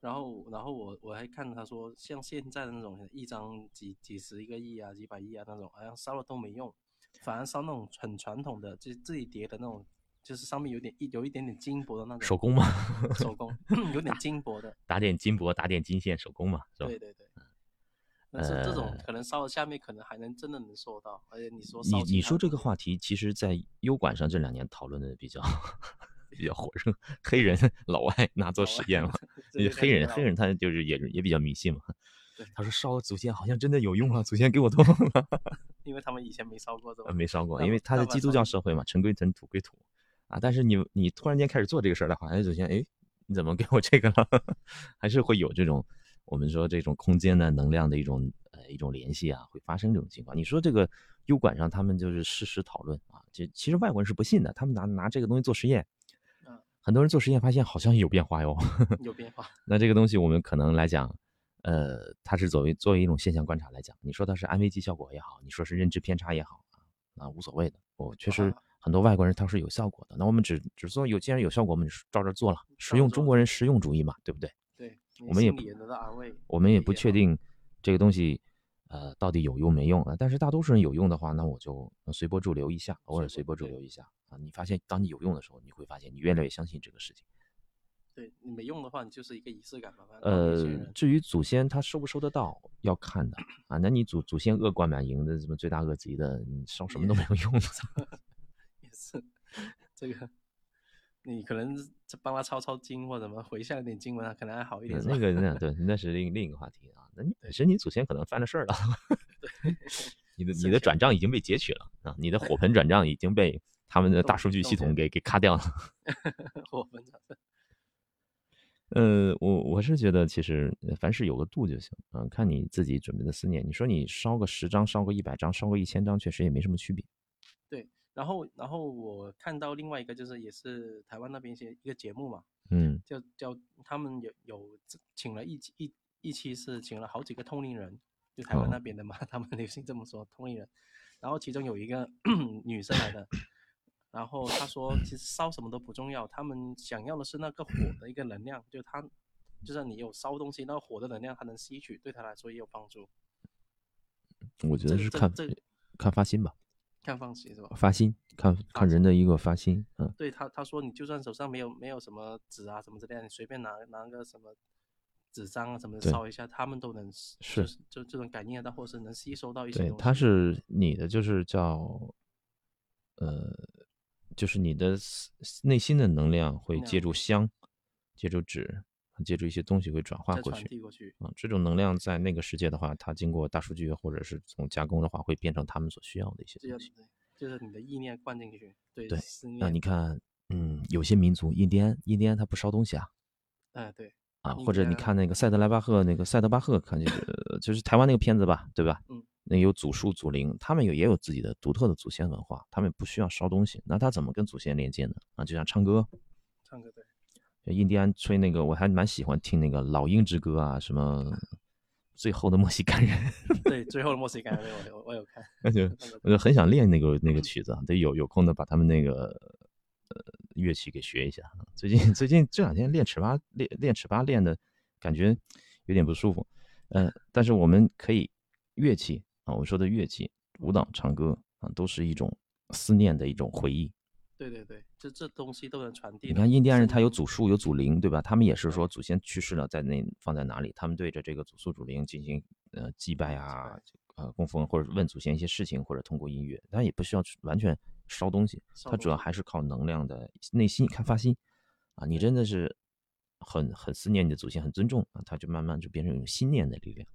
S2: 然后，然后我我还看他说，像现在的那种一张几几十一个亿啊、几百亿啊那种，好像烧了都没用，反而烧那种很传统的，就是自己叠的那种，就是上面有点一有一点点金箔的那种
S1: 手工嘛，
S2: 手工嗯有点金箔的，
S1: 打点金箔，打点金线，手工嘛，是吧嗯
S2: 对？对对。但是这种
S1: 呃
S2: 可能烧了下面可能还能真的能收到，而且你说烧
S1: 你
S2: 其
S1: 你
S2: 他
S1: 说
S2: 的
S1: 这
S2: 东
S1: 个
S2: 西
S1: 话题，其实，在优管上这两年讨论的比 较比较火热，黑人老外拿做
S2: 老
S1: 实
S2: 外
S1: 验嘛，
S2: 这有点
S1: 黑人
S2: 古老
S1: 黑人他就是也也比较迷信嘛
S2: 对。
S1: 他说烧祖先好像真的有用了，啊祖先给 我多了。
S2: 因为他们以前没烧过这
S1: 呃，
S2: 种，
S1: 没烧过，
S2: 那
S1: 因
S2: 么
S1: 为它
S2: 那
S1: 是
S2: 么
S1: 基督
S2: 烧
S1: 教
S2: 你
S1: 社会嘛，尘归尘，土归土啊。但是你你突然间开始做这个事儿的话，哎，首先，哎，你怎么给我这个了？ 还是会有这种我们说这种空间的能量的一种呃一种联系啊，会发生这种情况。你说这个优管上他们就是事实讨论啊，其其实外国人是不信的，他们拿拿这个东西做实验
S2: 嗯，
S1: 很多人做实验发现好像有变化哟。
S2: 有变化，
S1: 那这个东西我们可能来讲，呃，它是作为作为一种现象观察来讲，你说它是安慰剂效果也好，你说是认知偏差也好啊，啊无所谓的。我确实
S2: 啊
S1: 很很多外国人他是有效果的。那我们只只做有，既然有效果，我们就照这儿做了，实用
S2: 做
S1: 中国人实用主义嘛，对不对？
S2: 对，
S1: 我们也不
S2: 也得到安慰，
S1: 我们也不
S2: 理解
S1: 确
S2: 到
S1: 定这个东西呃到底有用没用啊。但是大多数人有用的话，那我就呃随波逐流一下，偶尔
S2: 随
S1: 随
S2: 波
S1: 波
S2: 逐
S1: 逐
S2: 流
S1: 流一下啊。你发现当你有用的时候，你会发现你越来越相信这个事情。
S2: 对你没用的话，你就是一个仪式感嘛。反正到有些
S1: 呃
S2: 人，
S1: 至于祖先他收不收得到，要看的啊。那你祖祖先恶贯满盈的，什么罪大恶极的，你烧什么都没有 用的。
S2: 也是这个，你可能是帮他抄抄经或者什么回向一点经文，啊，可能还好一点
S1: 嗯
S2: 是吧。
S1: 那个那对，那是另另一个话题啊。那你本身你祖先可能犯了事儿了， 你 的
S2: 是
S1: 你的转账已经被截取了啊，你的火盆转账已经被他们的大
S2: 冻
S1: 数据
S2: 冻
S1: 系统
S2: 结
S1: 给给卡掉了。
S2: 我们讲的
S1: 呃，我我是觉得其实呃凡事有个度就行啊，看你自己准备的思念。你说你烧个十张，烧个一百张，烧个一千张，确实也没什么区别。
S2: 然后，然后我看到另外一个就是也是台湾那边一些一个节目嘛，
S1: 嗯
S2: 叫叫他们有有请了一期一一期是请了好几个通灵人，就台湾
S1: 哦
S2: 那边的嘛，他们流行这么说通灵人。然后其中有一个 女生来的，然后她说其实烧什么都不重要，他们想要的是那个火的一个能量，就她就算你有烧东西，那个火的能量她能吸取，对她来说也有帮助。
S1: 我觉
S2: 嗯
S1: 得
S2: 这个
S1: 是
S2: 这个
S1: 看
S2: 这个
S1: 看发心吧，
S2: 看放弃是吧？
S1: 发心看
S2: 发
S1: 看人的一个发心，嗯，
S2: 对他，他说你就算手上没有没有什么纸啊什么之类的，你随便拿拿个什么纸张啊什么的
S1: 对
S2: 烧一下，他们都能吸
S1: 是
S2: 就是就这种感应得啊到，或是能吸收到一些
S1: 对
S2: 东，西。
S1: 它是你的就是叫呃，就是你的思内心的能量会
S2: 能
S1: 借
S2: 量
S1: 助香，借助纸，借助一些东西会转化
S2: 再
S1: 过
S2: 传
S1: 去。
S2: 递过去。
S1: 啊，这种能量在那个世界的话，它经过大数据或者是从加工的话，会变成他们所需要的一些
S2: 这样
S1: 东
S2: 子
S1: 西。
S2: 的，就是你的意念灌进去，对
S1: 对
S2: 思
S1: 那
S2: 念，
S1: 你看，嗯，有些民族，印第安，印第安他不烧东西啊，
S2: 哎，对，
S1: 啊，
S2: 印
S1: 或者
S2: 第
S1: 你
S2: 安
S1: 看那个塞德莱巴赫，那个塞德巴赫，看这个就是台湾那个片子吧，对吧？
S2: 嗯，
S1: 那有祖树、祖灵，他们有也有自己的独特的祖先文化，他们不需要烧东西，那他怎么跟祖先连接呢？啊，就像唱歌，
S2: 唱歌对，
S1: 印第安吹那个，我还蛮喜欢听那个《老鹰之歌》啊，什么最后的 墨西干人，
S2: 对，最后的墨西哥人我有我有看，
S1: 那就
S2: 那个
S1: 我就很想练那个那个曲子啊，得有有空的把他们那个呃乐器给学一下啊。最近 最近这两天练尺八练练尺八练的感觉有点不舒服，呃，但是我们可以乐器啊，我说的乐器、舞蹈、唱歌啊，都是一种思念的一种回忆。
S2: 对对对，这这东西都能传递
S1: 你
S2: 的。
S1: 看印第安人
S2: 是
S1: 他
S2: 你
S1: 有祖树有祖灵，对吧？他们也是
S2: 对
S1: 说祖先去世了，在那放在哪里，他们对着这个祖树祖灵进行呃祭拜啊
S2: 拜，
S1: 呃供奉或者问祖先一些事情，或者通过音乐，但也不需要去完全烧东西，
S2: 烧
S1: 它
S2: 东
S1: 主要
S2: 西
S1: 还是靠能量的内心看发心啊，你真的是很很思念你的祖先，很尊重啊，它就慢慢就变成一种心念的力量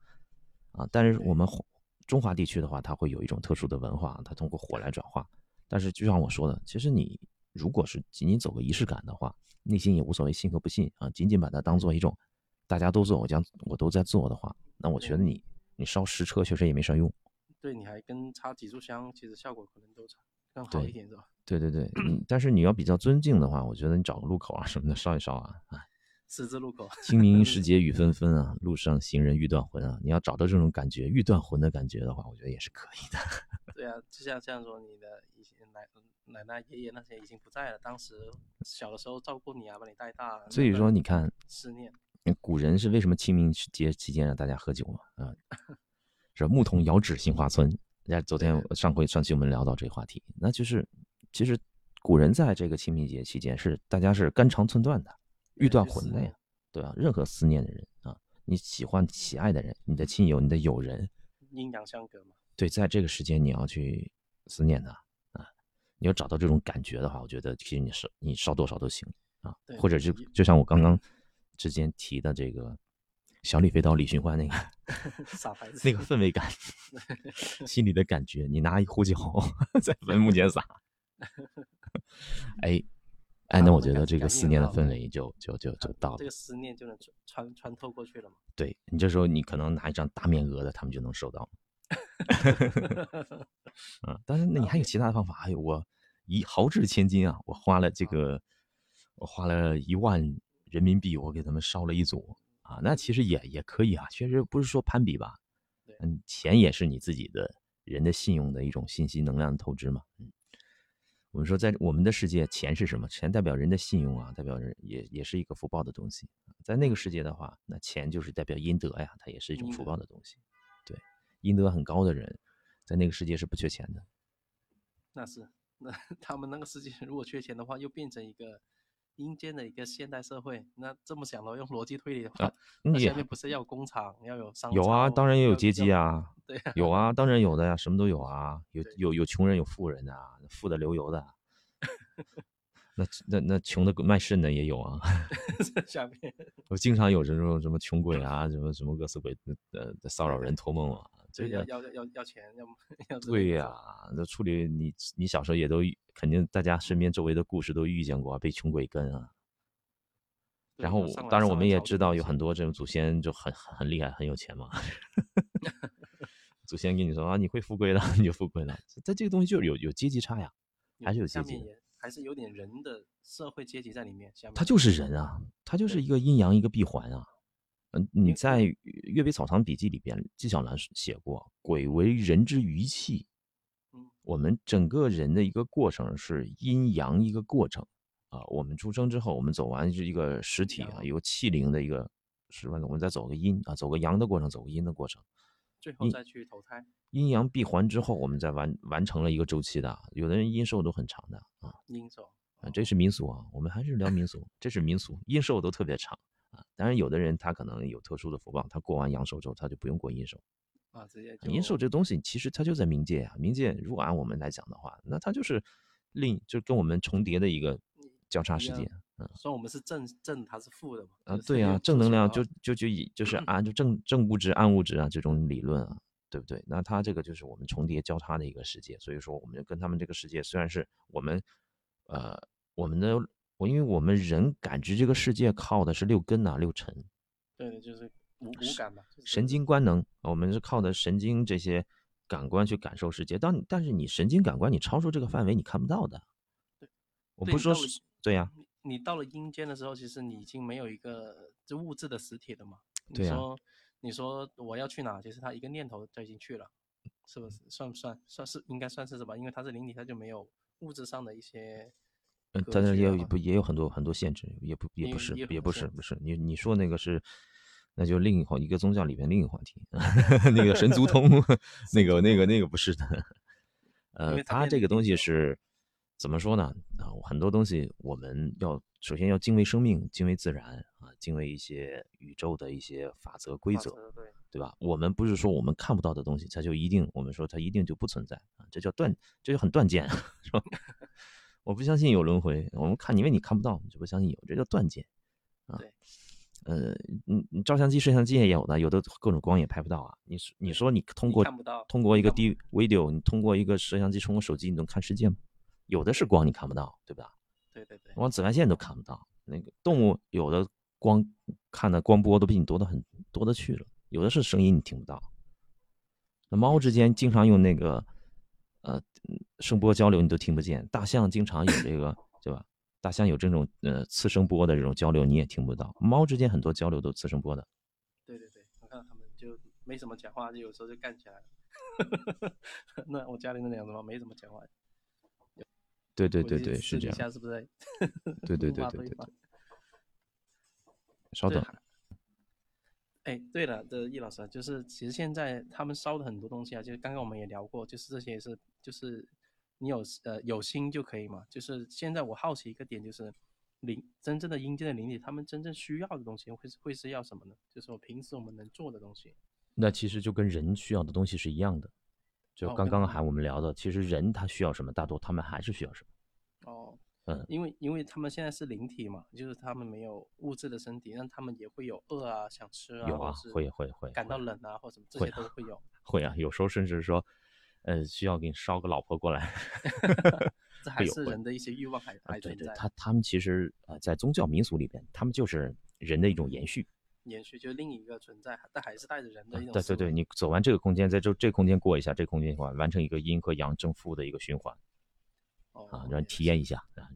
S1: 啊。但是我们华中华地区的话，它会有一种特殊的文化，它通过火来转化。但是就像我说的，其实你如果是仅仅走个仪式感的话，内心也无所谓信和不信啊，仅仅把它当做一种大家都做，我将我都在做的话，那我觉得
S2: 对
S1: 你你烧十车确实也没啥用。
S2: 对，你还跟插几炷香，其实效果可能都差更好
S1: 对
S2: 一点是吧？
S1: 对对对，你但是你要比较尊敬的话，我觉得你找个路口啊什么的烧一烧啊，啊，
S2: 十字路口，
S1: 清明时节雨纷纷啊，路上行人欲断魂啊，你要找到这种感觉，欲断魂的感觉的话，我觉得也是可以的。
S2: 对啊，就像这样说，你的以前奶奶奶、爷爷那些已经不在了，当时小的时候照顾你啊，把你带大，那
S1: 所以
S2: 个
S1: 说，你看
S2: 思念，
S1: 嗯古人是为什么清明节期间让大家喝酒嘛？啊， 是吧牧童遥指杏花村。人家昨天上回上期我们聊到这个话题，那就是其实古人在这个清明节期间是大家是肝肠寸断的，
S2: 对
S1: 欲断
S2: 去思
S1: 魂的呀
S2: 念，
S1: 对吧、任何思念的人啊，你喜欢喜爱的人，你的亲友，你的友人，
S2: 阴阳相隔嘛，
S1: 对，在这个时间你要去思念他啊，你要找到这种感觉的话，我觉得其实你是你烧多少都行啊
S2: 对，
S1: 或者是
S2: 你
S1: 就像我刚刚之前提的这个小李飞刀李寻欢那个
S2: 傻孩子，
S1: 那个氛围 感，心里的感觉，你拿一壶酒在坟墓前 撒，哎哎，
S2: 啊
S1: 那
S2: 我
S1: 我
S2: 能
S1: 觉得
S2: 感
S1: 这个
S2: 感
S1: 思
S2: 应
S1: 念的
S2: 到
S1: 氛围就就就就
S2: 啊
S1: 到了
S2: 这。个思念就能穿穿穿透过去 了嘛，
S1: 对你这时候你可能拿一张大面额的，他们就能收到。啊，但是那你还有其他的方法？哎呦，我一豪掷千金啊，我花了这个，我花了一万人民币，我给他们烧了一组啊，那其实也也可以啊，确实不是说攀比吧
S2: 对，
S1: 嗯，钱也是你自己的人的信用的一种信息能量的透支嘛，嗯，我们说，在我们的世界，钱是什么？钱代表人的信用啊，代表人也也是一个福报的东西。在那个世界的话，那钱就是代表阴德呀，它也是一种
S2: 阴
S1: 福
S2: 德
S1: 报的东西。对，阴德很高的人，在那个世界是不缺钱的。
S2: 那是，那他们那个世界如果缺钱的话，又变成一个阴间的一个现代社会。那这么想的话，用逻辑推理的话，那
S1: 嗯也
S2: 下面不是要有工厂，要有商
S1: 有啊，
S2: 超
S1: 当然也有
S2: 要
S1: 阶级
S2: 要
S1: 啊，
S2: 对啊，
S1: 有啊，当然有的呀、什么都有啊，有
S2: 对
S1: 有有穷人，有富人啊，富的流油 的啊，那那那穷的卖肾的也有啊。
S2: 在下面
S1: 我经常有这种什么穷鬼啊，什么什么饿死鬼，呃，骚扰人、托梦 啊，这
S2: 对要
S1: 个
S2: 要要要钱，要要这
S1: 对
S2: 种
S1: 呀、那处理你你小时候也都遇肯定大家身边周围的故事都遇见过啊，被穷鬼跟啊。
S2: 对
S1: 然后
S2: 要
S1: 我
S2: 上来
S1: 当然我
S2: 上来
S1: 们也
S2: 朝
S1: 知
S2: 廷的
S1: 道有
S2: 钱
S1: 很多这种祖先就很很很厉害，很有钱 嘛。祖先跟你说啊，你会富贵的， 你就富贵了。但这个东西就是有有阶级差呀，
S2: 有
S1: 还是有
S2: 下
S1: 阶级
S2: 面
S1: 的
S2: 也还是有点人的社会阶级在里面。下面
S1: 它就是人啊，它就是一个阴阳一个闭环啊。嗯，
S2: 因
S1: 你
S2: 为
S1: 在《岳飞草堂笔记》里边，纪晓岚写过“鬼为人之余气”
S2: 嗯。
S1: 我们整个人的一个过程是阴阳一个过程啊。我们出生之后，我们走完是一个实体啊，
S2: 阳
S1: 由气灵的一个是吧？我们再走个阴啊，走个阳的过程，走个阴的过程。
S2: 最后
S1: 你
S2: 再去投胎，
S1: 阴阳闭环之后，我们再完完成了一个周期的啊。有的人阴寿都很长的啊，
S2: 阴手
S1: 啊，这是民俗啊，我们还是聊民俗，这是民俗，阴寿都特别长啊。当然，有的人他可能有特殊的福报，他过完阳寿之后，他就不用过阴寿。
S2: 啊，直接
S1: 阴寿
S2: 就
S1: 这东西其实它就在冥界啊，冥界如果按我们来讲的话，那它就是另就跟我们重叠的一个交叉
S2: 一
S1: 事
S2: 样
S1: 件
S2: 所以我们是正正，它是负的嘛？嗯
S1: 啊
S2: 就。是
S1: 对
S2: 用
S1: 啊，正
S2: 数
S1: 能
S2: 学
S1: 量
S2: 啊
S1: 就就就以就是啊按就正正物质暗物质啊这种理论啊。对不对？那它这个就是我们重叠交叉的一个世界，所以说我们跟他们这个世界虽然是我们，呃，我们的我因为我们人感知这个世界靠的是六根呐、六尘，
S2: 对的，就是无无感嘛，就是
S1: 神经官能，我们是靠的神经这些感官去感受世界。当你但是你神经感官你超出这个范围，你看不到的。
S2: 对，
S1: 我
S2: 对
S1: 不
S2: 你
S1: 说
S2: 到了
S1: 是对呀、
S2: 你你到了阴间的时候，其实你已经没有一个就物质的实体了嘛。你
S1: 对啊
S2: 说你说我要去哪，其实他一个念头就已经去了，是不是？算不算？算是应该算是什么？因为它是灵体，它就没有物质上的一些
S1: 呃
S2: 格
S1: 但是
S2: 局
S1: 也
S2: 了
S1: 有
S2: 嘛
S1: 不也有很多很多限制，也不也
S2: 也
S1: 不是
S2: 也有很
S1: 也
S2: 多
S1: 不
S2: 限
S1: 是
S2: 制
S1: 不是你你说那个是，那就另一话一个宗教里面另一个话题，啊 那个神足通那个那个那个不是的，
S2: 啊因
S1: 呃，
S2: 为它
S1: 它
S2: 面
S1: 这
S2: 对
S1: 个东
S2: 地
S1: 西
S2: 球
S1: 是怎么说呢？啊，很多东西我们要首先要敬畏生命，敬畏自然啊，敬畏一些宇宙的一些法则规
S2: 法
S1: 则，
S2: 则对，
S1: 对吧？我们不是说我们看不到的东西，它就一定我们说它一定就不存在啊，这叫断，这就很断见， 是吧？我不相信有轮回，我们看，因为你看不到，你就不相信有，这叫断见啊
S2: 对。
S1: 呃，嗯，嗯照相机、摄像机也有的，有的各种光也拍不到啊。你说，你
S2: 对
S1: 说你通
S2: 你
S1: 过
S2: 看不到
S1: 通过一
S2: 你
S1: 个
S2: 看不
S1: D video，你通过一个摄像机，通过手机，你能看世界吗？有的是光你看不到，对吧？
S2: 对对对，
S1: 往紫外线都看不到。那个动物有的光看的光波都比你多的很多的去了，有的是声音你听不到。那猫
S2: 嗯
S1: 之间经常用那个呃声波交流，你都听不见。大象经常有这个对吧？大象有这种呃次声波的这种交流，你也听不到。猫之间很多交流都次声波的，
S2: 对对对，我看他们就没什么讲话，就有时候就干起来了。 那我家里那两只猫没怎么讲话，
S1: 对对
S2: 估
S1: 对
S2: 计
S1: 对，
S2: 私
S1: 是这
S2: 底
S1: 样。
S2: 下是不是在
S1: 对 对
S2: 怒
S1: 对
S2: 骂
S1: 对对
S2: 方
S1: 稍
S2: 对
S1: 等，
S2: 还哎，对了，这易老师啊就是，其实现在他们烧的很多东西啊，就是刚刚我们也聊过，就是这些是就是你有呃有心就可以嘛。就是现在我好奇一个点，就是灵真正的阴间的灵体，他们真正需要的东西会是会是要什么呢？就是我平时我们能做的东西。
S1: 那其实就跟人需要的东西是一样的。就
S2: 哦
S1: 刚
S2: 跟
S1: 刚
S2: 他
S1: 还
S2: 们
S1: 我们聊的，其实人他需要什么，大多他们还是需要什么。
S2: 哦，
S1: 嗯
S2: 因为因为他们现在是灵体嘛，就是他们没有物质的身体，但他们也会有饿啊、想吃啊，
S1: 有
S2: 或
S1: 啊
S2: 者是
S1: 会会会
S2: 感到
S1: 会
S2: 冷啊或者什么，这
S1: 会
S2: 些都
S1: 的
S2: 会有。
S1: 会啊，有时候甚至说，呃，需要给你捎个老婆过来。
S2: 这还
S1: 会有
S2: 是
S1: 会
S2: 人的一些欲望还
S1: 啊
S2: 还
S1: 对
S2: 存
S1: 对
S2: 哎在，，
S1: 他他们其实呃，在宗教民俗里边，他们就是人的一种延续。
S2: 延续就是另一个存在，但还是带着人的
S1: 啊
S2: 一种
S1: 对
S2: 思
S1: 对对，
S2: 维
S1: 你走完这个空间，在这这空间过一下，这空间循环，完成一个阴和阳正负的一个循环
S2: 哦
S1: 啊，
S2: 也
S1: 让你
S2: 是
S1: 体验一下。啊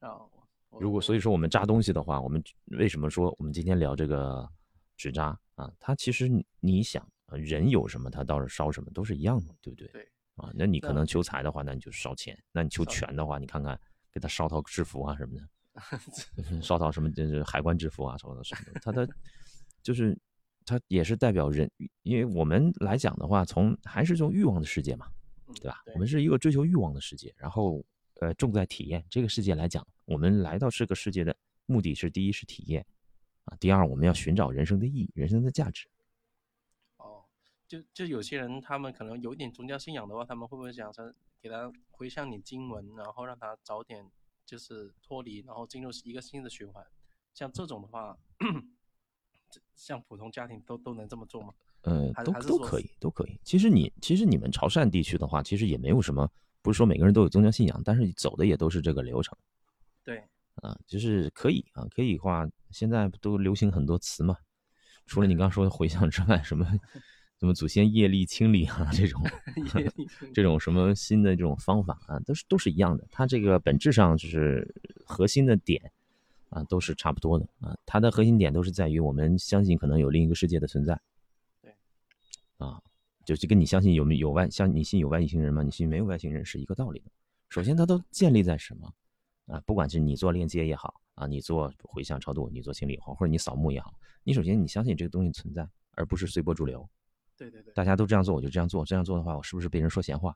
S2: 哦，我
S1: 如果所以说我们扎东西的话，我们为什么说我们今天聊这个纸扎啊？它其实你你想，呃人有什么，它倒是烧什么，都是一样的，对不对？
S2: 对
S1: 啊。那你可
S2: 那
S1: 能求财的话，那你就烧钱；那你求
S2: 烧
S1: 权的话，你看看给他烧套制服啊什么的，
S2: 嗯
S1: 烧套什么就是海关制服啊什么的什么的。他的就是他也是代表人，因为我们来讲的话，从还是从欲望的世界嘛，
S2: 嗯
S1: 对吧？
S2: 对
S1: 我们是一个追求欲望的世界，然后呃重在体验。这个世界来讲，我们来到这个世界的目的是第一是体验啊，第二我们要寻找人生的意义、人生的价值。
S2: 哦，就就有些人他们可能有一点宗教信仰的话，他们会不会想说给他回向点经文，然后让他早点就是脱离，然后进入一个新的循环？像这种的话，这像普通家庭都都能这么做吗？
S1: 呃
S2: 还，是
S1: 都
S2: 还是
S1: 都
S2: 说
S1: 可
S2: 是
S1: 以，都可以。其实你其实你们潮汕地区的话，其实也没有什么，不是说每个人都有宗教信仰，但是走的也都是这个流程
S2: 对，
S1: 啊，就是可以啊，可以的话，现在不都流行很多词嘛，除了你刚说的回向之外，什么什么祖先业力清理啊这种
S2: 也已经
S1: 这种什么新的这种方法啊，都是都是一样的，它这个本质上就是核心的点。啊，都是差不多的啊。它的核心点都是在于我们相信可能有另一个世界的存在，
S2: 对，
S1: 啊，就是跟你相信有没有外相你信有外星人吗？你信没有外星人是一个道理的。首先，它都建立在什么啊？不管是你做链接也好啊，你做回向超度，你做清理也好，或者你扫墓也好，你首先你相信这个东西存在，而不是随波逐流。
S2: 对对对，
S1: 大家都这样做，我就这样做，这样做的话，我是不是被人说闲话？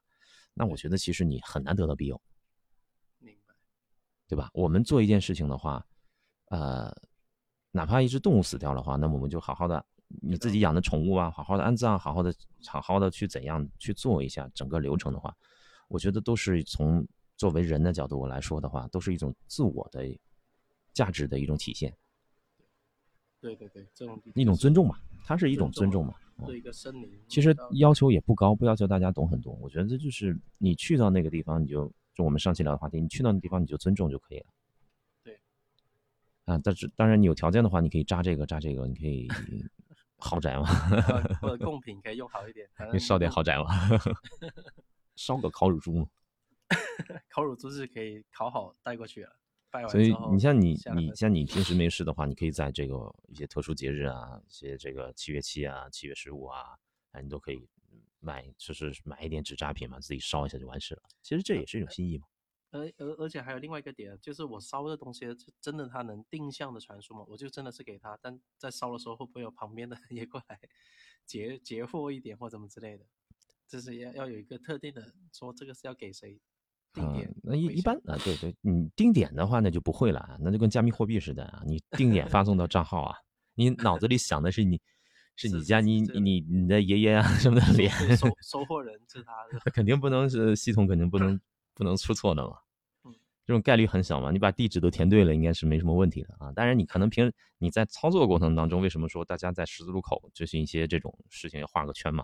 S1: 那我觉得其实你很难得到庇佑。
S2: 明白。
S1: 对吧？我们做一件事情的话，呃，哪怕一只动物死掉的话，那么我们就好好的你自己养的宠物啊，好好的安葬，好好的好好的去怎样去做一下整个流程的话，我觉得都是从作为人的角度来说的话，都是一种自我的价值的一种体现，
S2: 对对对，这种的
S1: 一
S2: 确
S1: 种
S2: 是
S1: 尊重嘛，它是一种尊
S2: 尊
S1: 重
S2: 重
S1: 嘛。嗯
S2: 对一个森林，
S1: 其实
S2: 到
S1: 要求也不高，不要求大家懂很多。我觉得就是你去到那个地方，你就就我们上期聊的话题，你去到那地方你就尊重就可以了。
S2: 对。
S1: 啊，但是当然你有条件的话，你可以扎这个扎这个，你可 以豪宅嘛，
S2: 呃或者贡品可以用好一点， 反
S1: 你
S2: 正
S1: 烧点
S2: 贡
S1: 豪 宅嘛，烧个烤乳猪嘛。
S2: 烤乳猪是可以烤好带过去了，拜完
S1: 所以
S2: 之后
S1: 你像你
S2: 下来
S1: 你
S2: 再
S1: 像你平时没事的话，你可以在这个一些特殊节日啊，一些这个七月七啊、七月十五啊，哎，你都可以买，就是买一点纸扎品嘛，自己烧一下就完事了。其实这也是一种心意嘛。
S2: 而而而且还有另外一个点，啊就是我烧的东西，就真的它能定向的传输吗？我就真的是给他，但在烧的时候会不会有旁边的人 也过来截截获一点或怎么之类的？就是要要有一个特定的说这个是要给谁定
S1: 嗯，
S2: 点回向、
S1: 那一一般啊，对对，你定点的话那就不会了啊，那就跟加密货币似的啊，你定点发送到账号啊，你脑子里想的是你，是
S2: 是
S1: 你
S2: 是
S1: 家
S2: 是
S1: 你
S2: 这个
S1: 你你的爷爷啊什么的
S2: 收
S1: 脸，
S2: 对收收货人是他的
S1: 肯定不能是系统肯定不能不能出错的嘛
S2: 嗯，
S1: 这种概率很小嘛，你把地址都填对了，应该是没什么问题的啊。当然，你可能平你在操作过程当中，为什么说大家在十字路口就是一些这种事情要画个圈嘛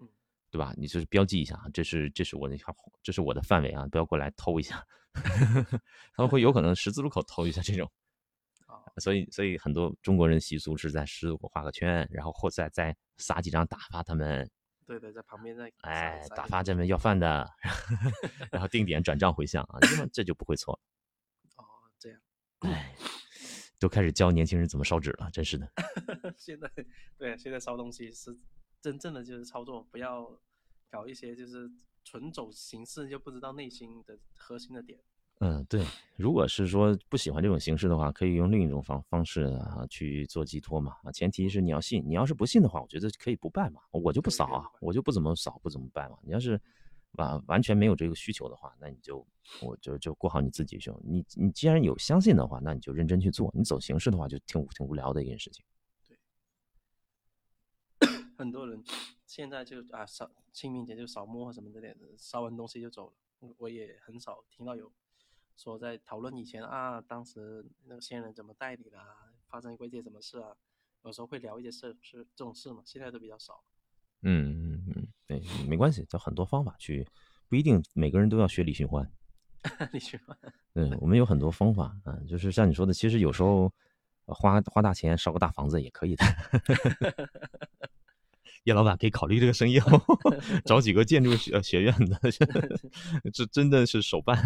S2: 嗯，
S1: 对吧？你就是标记一下啊，这是这是我的这是我的范围啊，不要过来偷一下。 他们会有可能十字路口偷一下这 种，
S2: 啊、
S1: 所以所以很多中国人习俗是在十字路口画个圈，然后或再再撒几张打发他们
S2: 对对，在旁 边在撒
S1: 哎，
S2: 撒
S1: 打
S2: 个
S1: 发这
S2: 钱
S1: 边要饭的，然后定点转账回向啊，那么这就不会错了。
S2: 哦，这样
S1: 哎，都开始教年轻人怎么烧纸了，真是的。
S2: 现在对啊现在烧东西是真正的就是操作，不要搞一些就是纯走形式又不知道内心的核心的点。
S1: 嗯，对，如果是说不喜欢这种形式的话，可以用另一种方方式啊去做寄托嘛。啊，前提是你要信，你要是不信的话，我觉得可以不拜嘛，我就不
S2: 对可以
S1: 扫
S2: 不
S1: 啊
S2: 拜，
S1: 我就不怎么扫，不怎么拜嘛。你要是完完全没有这个需求的话，那你就我就就过好你自己去。你你既然有相信的话，那你就认真去做。你走形式的话，就挺挺无聊的一件事情。
S2: 很多人 现在就啊扫清明节就扫墓或什么之类的，烧完东西就走了。我我也很少听到有说在讨论以前啊，当时那个先人怎么带你的啊，发生过一些什么事啊，有时候会聊一些事事这种事嘛，现在都比较 少。
S1: 嗯嗯嗯，对，没关系，有很多方法去，不一定每个人都要学李寻欢。
S2: 你去吧，
S1: 嗯，我们有很多方法啊，就是像你说的，其实有时候呃花花大钱烧个大房子也可以的。 叶老板可以考虑这个生意哦， 找几个建筑学呃学院的， 这真的是手办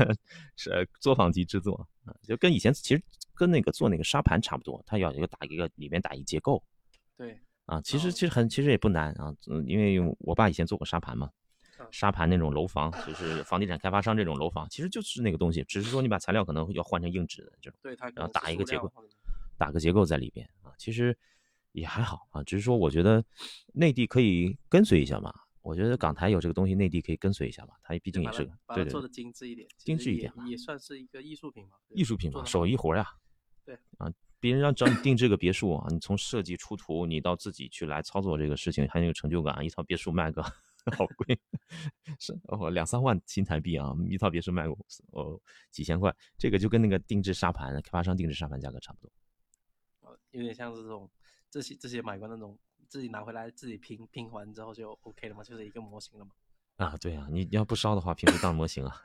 S1: 是呃作坊级制作啊，就跟以前其实跟那个做那个沙盘差不多，它要有一个打一个里面打一结构，
S2: 对，
S1: 啊，其
S2: 哦
S1: 实其实很其实也不难啊，嗯，因为我爸以前做过沙盘嘛，
S2: 啊
S1: 沙盘那种楼房，就是房地产开发商这种楼房，其实就是那个东西，只是说你把材料可能要换成硬质的这种，
S2: 对它可
S1: 然
S2: 能
S1: 后
S2: 是
S1: 打一
S2: 塑
S1: 个结
S2: 料
S1: 构
S2: 或者，
S1: 打个结构在里边啊，其实也还好啊，只是说我觉得内地可以跟随一下嘛，我觉得港台有这个东西，内地可以跟随一下嘛，它毕竟
S2: 把
S1: 也
S2: 它
S1: 是个
S2: 把
S1: 对
S2: 它
S1: 对
S2: 做的
S1: 对
S2: 精致一点，其
S1: 精
S2: 实
S1: 致一
S2: 也
S1: 点嘛
S2: 也算是一个艺术品嘛，对
S1: 艺术品嘛，
S2: 做得
S1: 手
S2: 好
S1: 艺活呀，
S2: 对
S1: 啊，别人要找你定制个别墅啊，你从设计出图，你到自己去来操作这个事情，很有成就感啊，一套别墅卖个 好贵，是哦两三万新台币啊，一套别墅卖个哦几千块，这个就跟那个定制沙盘开发商定制沙盘价格差不多。
S2: 呃有点像是这种这些这些买过那种自己拿回来自己拼拼完之后就 OK 了嘛，就是一个模型了嘛。
S1: 啊，对啊，你你要不烧的话，平时当模型啊。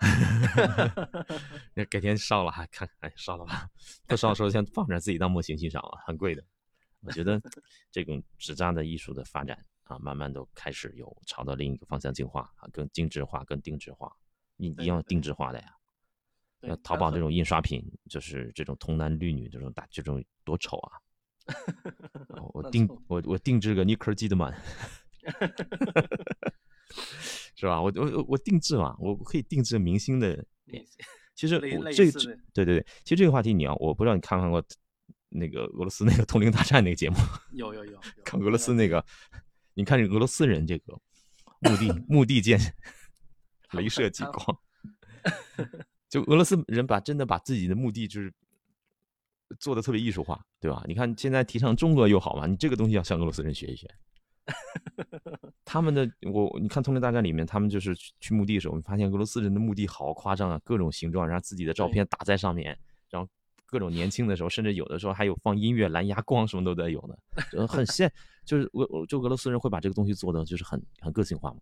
S1: 那改天烧了还看，哎，烧了吧。不烧的时候先放着自己当模型欣赏啊，很贵的。我觉得这种纸扎的艺术的发展啊，慢慢都开始有朝到另一个方向进化啊，更精致化、更定制化。你
S2: 对
S1: 一定要
S2: 对
S1: 定制化的呀。
S2: 对
S1: 那淘
S2: 它
S1: 宝
S2: 很
S1: 这种印刷品，就是这种童男绿女这种打这种多丑 啊！我我
S2: 那
S1: 定
S2: 错
S1: 我我定制个尼克基德 曼，是吧？我我我定制嘛，我可以定制明星的
S2: 类 似
S1: 其实
S2: 类
S1: 我
S2: 类
S1: 这
S2: 似
S1: 这
S2: 的
S1: 对对对，其实这个话题你要，我不知道你看不看过那个俄罗斯那个 《通灵大战》那个节目，
S2: 有有有有，
S1: 看俄罗斯
S2: 那
S1: 那个，你看这俄罗斯人这个墓地墓地建
S2: 他
S1: 镭
S2: 们
S1: 射激
S2: 他们
S1: 光，就俄罗斯人把真的把自己的墓地就是做的特别艺术化，对吧？你看现在提倡中国友好嘛，你这个东西要向俄罗斯人学一学。他们的我，你看《通灵大战》里面，他们就是去去墓地的时候，我们发现俄罗斯人的墓地好夸张啊，各种形状，然后自己的照
S2: 对
S1: 片打在上面，然后各种年轻的时候，甚至有的时候还有放音乐、蓝牙光什么都得有的，就呃 很现，就是俄俄就俄罗斯人会把这个东西做的就是很很个性化嘛，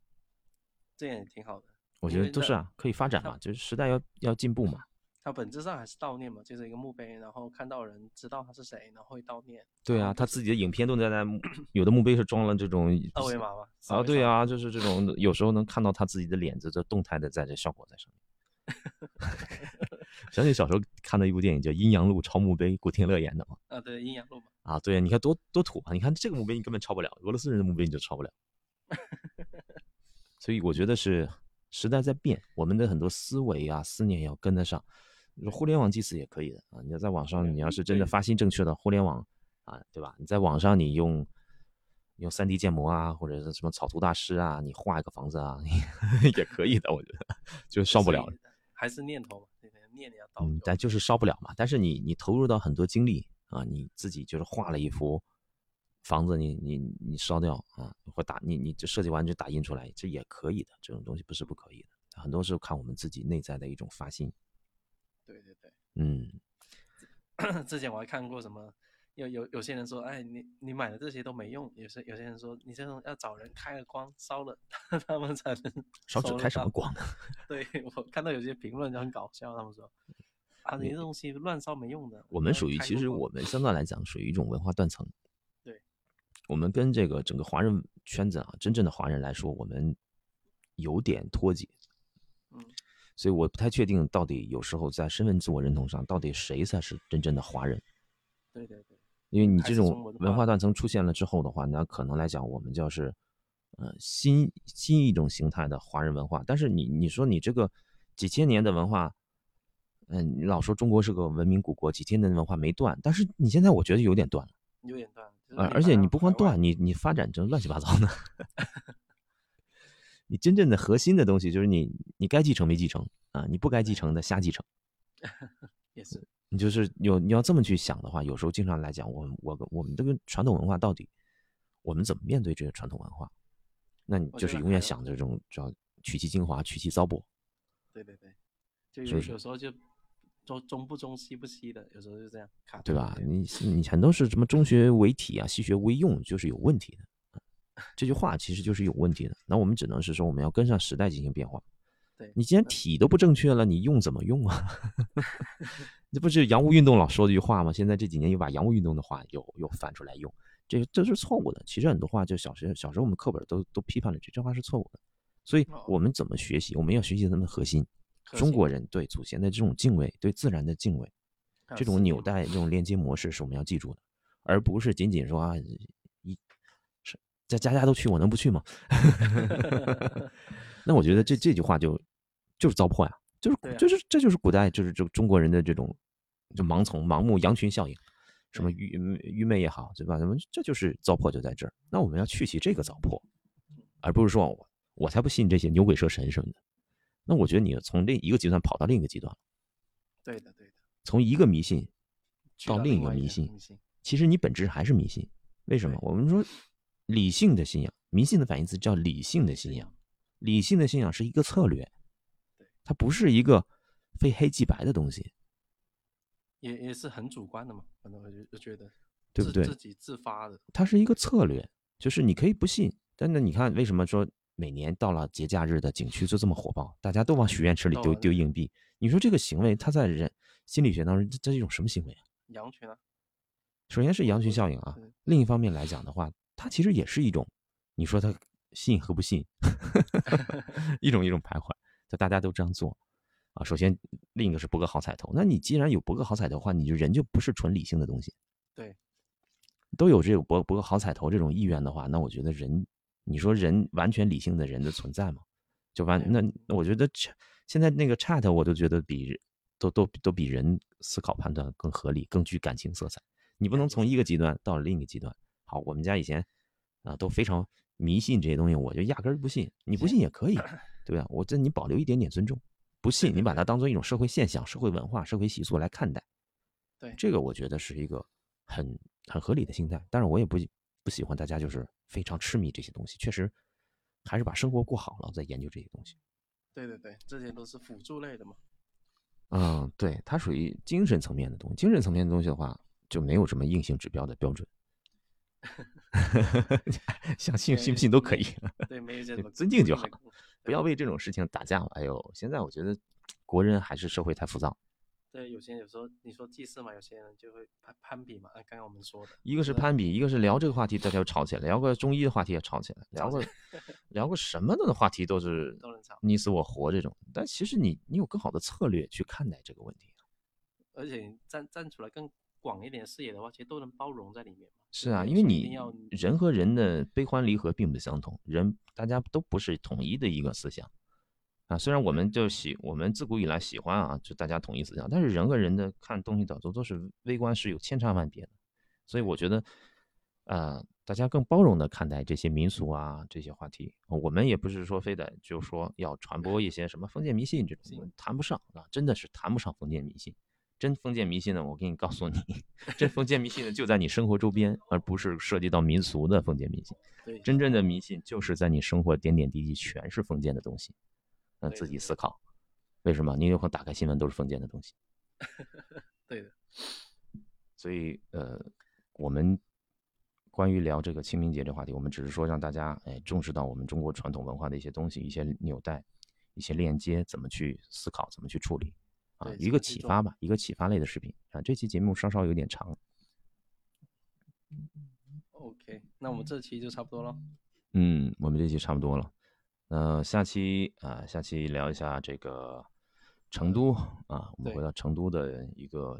S2: 这样也挺好的。
S1: 我
S2: 因
S1: 觉得
S2: 为
S1: 都
S2: 那
S1: 是啊，可以发展嘛，就是时代要要进步 嘛，
S2: 它本质上还是悼念嘛，就是一个墓碑，然后看到人知道他是谁，然后会悼念。
S1: 对
S2: 然
S1: 啊
S2: 后，
S1: 他自己的影片都在那墓有的墓碑是装了这种
S2: 二维码嘛。 扫
S1: 啊，
S2: 一
S1: 对
S2: 扫，
S1: 啊，就是这种，有时候能看到他自己的脸子，这动态的在这效果在上 面。想起小时候看的一部电影叫《阴阳路超墓碑》，古天乐演的嘛。
S2: 啊对，阴阳路嘛，
S1: 啊，对啊，你看多多土啊！你看这个墓碑你根本超不了，俄罗斯人的墓碑你就超不了。所以我觉得是时代在变，我们的很多思维啊、思念要跟得上。互联网祭祀也可以的啊，你要在网上，
S2: 对
S1: 你要
S2: 嗯
S1: 是真的
S2: 对
S1: 发心正确的互联网啊，对吧？你在网上你用用3 D 建模啊，或者是什么草图大师啊，你画一个房子啊， 你也可以的，我觉得就
S2: 就
S1: 烧不
S2: 是
S1: 了
S2: 一。还是念头嘛，对对，念你要到。
S1: 嗯，但就是烧不了嘛。但是你你投入到很多精力啊，你自己就是画了一幅房子你，你你烧掉啊，或打你你就设计完就打印出来，这也可以的。这种东西不是不可以的，很多时候看我们自己内在的一种发心。
S2: 对对对。
S1: 嗯，
S2: 之前我还看过什么，有有有些人说，哎，你你买的这些都没用，有些有些人说，你这种要找人开了光烧了， 他们才能
S1: 烧纸
S2: 收得
S1: 开什么
S2: 到？
S1: 光呢？
S2: 对 我看到有些评论就很搞笑，他们说，啊，你这东西乱烧没用的。
S1: 我们
S2: 要
S1: 属于，
S2: 开
S1: 其
S2: 过
S1: 实
S2: 光
S1: 我们相对来讲属于一种文化断层。
S2: 对，
S1: 我们跟这个整个华人圈子啊，真正的华人来说，我们有点脱节。
S2: 嗯，
S1: 所以我不太确定到底有时候在身份自我认同上，到底谁才是真正的华人。
S2: 对对对，
S1: 因为你
S2: 还
S1: 这
S2: 是
S1: 种
S2: 中文
S1: 文
S2: 化
S1: 化断层出现了之后的话，那可能来讲，我们就是呃新新一种形态的华人文化。但是你你说你这个几千年的文化，嗯、你老说中国是个文明古国，几千年的文化没断，但是你现在我觉得有点断了，
S2: 有点呃断，就是
S1: 而
S2: 你
S1: 呃而
S2: 把
S1: 且
S2: 它
S1: 你不光
S2: 海外
S1: 断，你你发展成乱七八糟的。你真正的核心的东西就是你你该继承没继承啊，你不该继承的瞎继承。
S2: 也是
S1: 你就是有你要这么去想的话，有时候经常来讲，我们我我们这个传统文化到底我们怎么面对这个传统文化？那你
S2: 我
S1: 就是
S2: 觉得
S1: 永远
S2: 还
S1: 想着这种叫取其精华，去其糟粕。
S2: 对对对，就是有
S1: 不是
S2: 有时候就中中不中西不西的，有时候就这样卡
S1: 对
S2: 住
S1: 吧？
S2: 点
S1: 你你很多是什么中学为体啊，西学为用，就是有问题的。啊这句话其实就是有问题的。那我们只能是说，我们要跟上时代进行变化。
S2: 对，
S1: 你既然体都不正确了，你用怎么用啊？ 这不是洋务运动老说的一句话吗？现在这几年又把洋务运动的话又又翻出来用，这这是错误的。其实很多话就小时小时候我们课本都都批判了这句话是错误的。所以
S2: 哦
S1: 我们怎么学习？我们要学习他们的核心，
S2: 核
S1: 中
S2: 心
S1: 国人对祖先的这种敬畏，对自然的敬畏。
S2: 还有
S1: 这
S2: 思
S1: 种
S2: 念
S1: 纽
S2: 嘛
S1: 带、这种链接模式是我们要记住的，而不是仅仅说啊，一是在家家都去，我能不去吗？那我觉得这这句话就就是糟粕呀、就是
S2: 对啊
S1: 就是这就是古代就是这个中国人的这种就盲从、盲目、羊群效应，什么愚愚昧也好，对吧？那么这就是糟粕就在这儿。那我们要去其这个糟粕，而不是说我我才不信这些牛鬼蛇神什么的。那我觉得你从另一个极端跑到另一个极端了，
S2: 对的对的，
S1: 从一个迷信
S2: 去
S1: 到另
S2: 另
S1: 一个
S2: 外一
S1: 迷
S2: 个
S1: 信
S2: 迷信，
S1: 其实你本质还是迷信。为什么？
S2: 对
S1: 我们说理性的信仰，迷信的反义词叫理性的信仰。理性的信仰是一个策略，它不是一个非黑即白的东西，
S2: 也也是很主观的嘛，反正我就我觉得，
S1: 对不
S2: 自
S1: 对
S2: 自己自发的，
S1: 它是一个策略。就是你可以不信，但那你看为什么说每年到了节假日的景区就这么火爆，大家都往许愿池里
S2: 到
S1: 丢
S2: 了
S1: 丢硬币？你说这个行为，它在人心理学当中，这这是一种什么行为啊？
S2: 羊群啊，
S1: 首先是羊群
S2: 我
S1: 效应啊
S2: 嗯，
S1: 另一方面来讲的话，它其实也是一种，你说它信和不信， 一种一种徘徊，就大家都这样做啊。首先，另一个是博个好彩头，那你既然有博个好彩头的话，你就人就不是纯理性的东西，
S2: 对，
S1: 都有这个博博个好彩头这种意愿的话，那我觉得人，你说人完全理性的人的存在嘛，就完
S2: 对啊
S1: 那那我觉得这现在那个 chat 我都觉得比人都都都比人思考判断更合理，更具感情色彩。你不能从一个极端到另一个极端。好，我们家以前啊、都非常迷信这些东西，我就压根儿不信。你不信也可以，对吧？我这你保留一点点尊重，不信
S2: 对
S1: 你把
S2: 对
S1: 它当做一种社会现象、社会文化、社会习俗来看待。
S2: 对
S1: 这个我觉得是一个很很合理的心态。但是我也不不喜欢大家就是非常痴迷这些东西，确实还是把生活过好了再研究这些东西。
S2: 对对对，这些都是辅助类的嘛，
S1: 嗯，对，它属于精神层面的东西。精神层面的东西的话，就没有什么硬性指标的标准， 想信信不信都可以，
S2: 对，没有这
S1: 就
S2: 种
S1: 尊敬就好
S2: 固定的。
S1: 不要为这种事情打架了。哎呦，现在我觉得国人还是社会太浮躁，
S2: 对，有些人有时候你说祭祀嘛，有些人就会攀攀比嘛，按刚刚我们说的，
S1: 一个是
S2: 是的
S1: 攀比，一个是聊这个话题大家又吵起来，聊个中医的话题也吵起来，聊
S2: 吵
S1: 个聊个什么的话题都是
S2: 都能吵。
S1: 你死我活这种。但其实你你有更好的策略去看待这个问题。
S2: 而且你站站出来更广一点视野的话，其实都能包容在里面嘛。
S1: 是
S2: 就
S1: 啊，
S2: 没有
S1: 因为
S2: 说嗯一定
S1: 你
S2: 要
S1: 人和人的悲欢离合并不相同，人大家都不是统一的一个思想啊。虽然我们就喜我们自古以来喜欢啊，就大家统一思想，但是人和人的看东西角度都是微观，是有千差万别的。所以我觉得，呃，大家更包容的看待这些民俗啊这些话题。我们也不是说非得就说要传播一些什么封建迷信这种，我们谈不上啊，真的是谈不上封建迷信。真封建迷信呢，我给你告诉你，这封建迷信呢就在你生活周边，而不是涉及到民俗的封建迷信。
S2: 对
S1: 真正的迷信就是在你生活点点滴滴全是封建的东西。那
S2: 对
S1: 自
S2: 对
S1: 己
S2: 对
S1: 思考，为什么你有可能打开新闻都是封建的东西？
S2: 对的，
S1: 所以呃，我们关于聊这个清明节这话题，我们只是说让大家哎重视到我们中国传统文化的一些东西、一些纽带、一些链接，怎么去思考，怎么去处理啊
S2: 对，
S1: 一
S2: 怎
S1: 个
S2: 么去
S1: 启
S2: 做
S1: 发吧，一个启发类的视频啊。这期节目稍稍有点长，
S2: OK，那我们这期就差不多了。
S1: 嗯，我们这期差不多了。那下期啊、下期聊一下这个成都啊，我们
S2: 对
S1: 回到成都的一个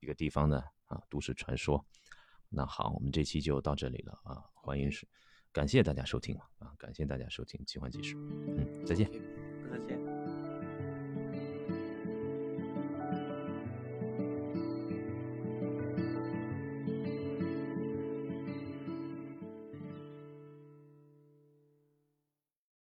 S1: 一个地方的啊都市传说。那好，我们这期就到这里了啊，欢迎
S2: OK
S1: 是感谢大家收听啊，感谢大家收听《奇幻纪事》，嗯，再见。
S2: OK，再见。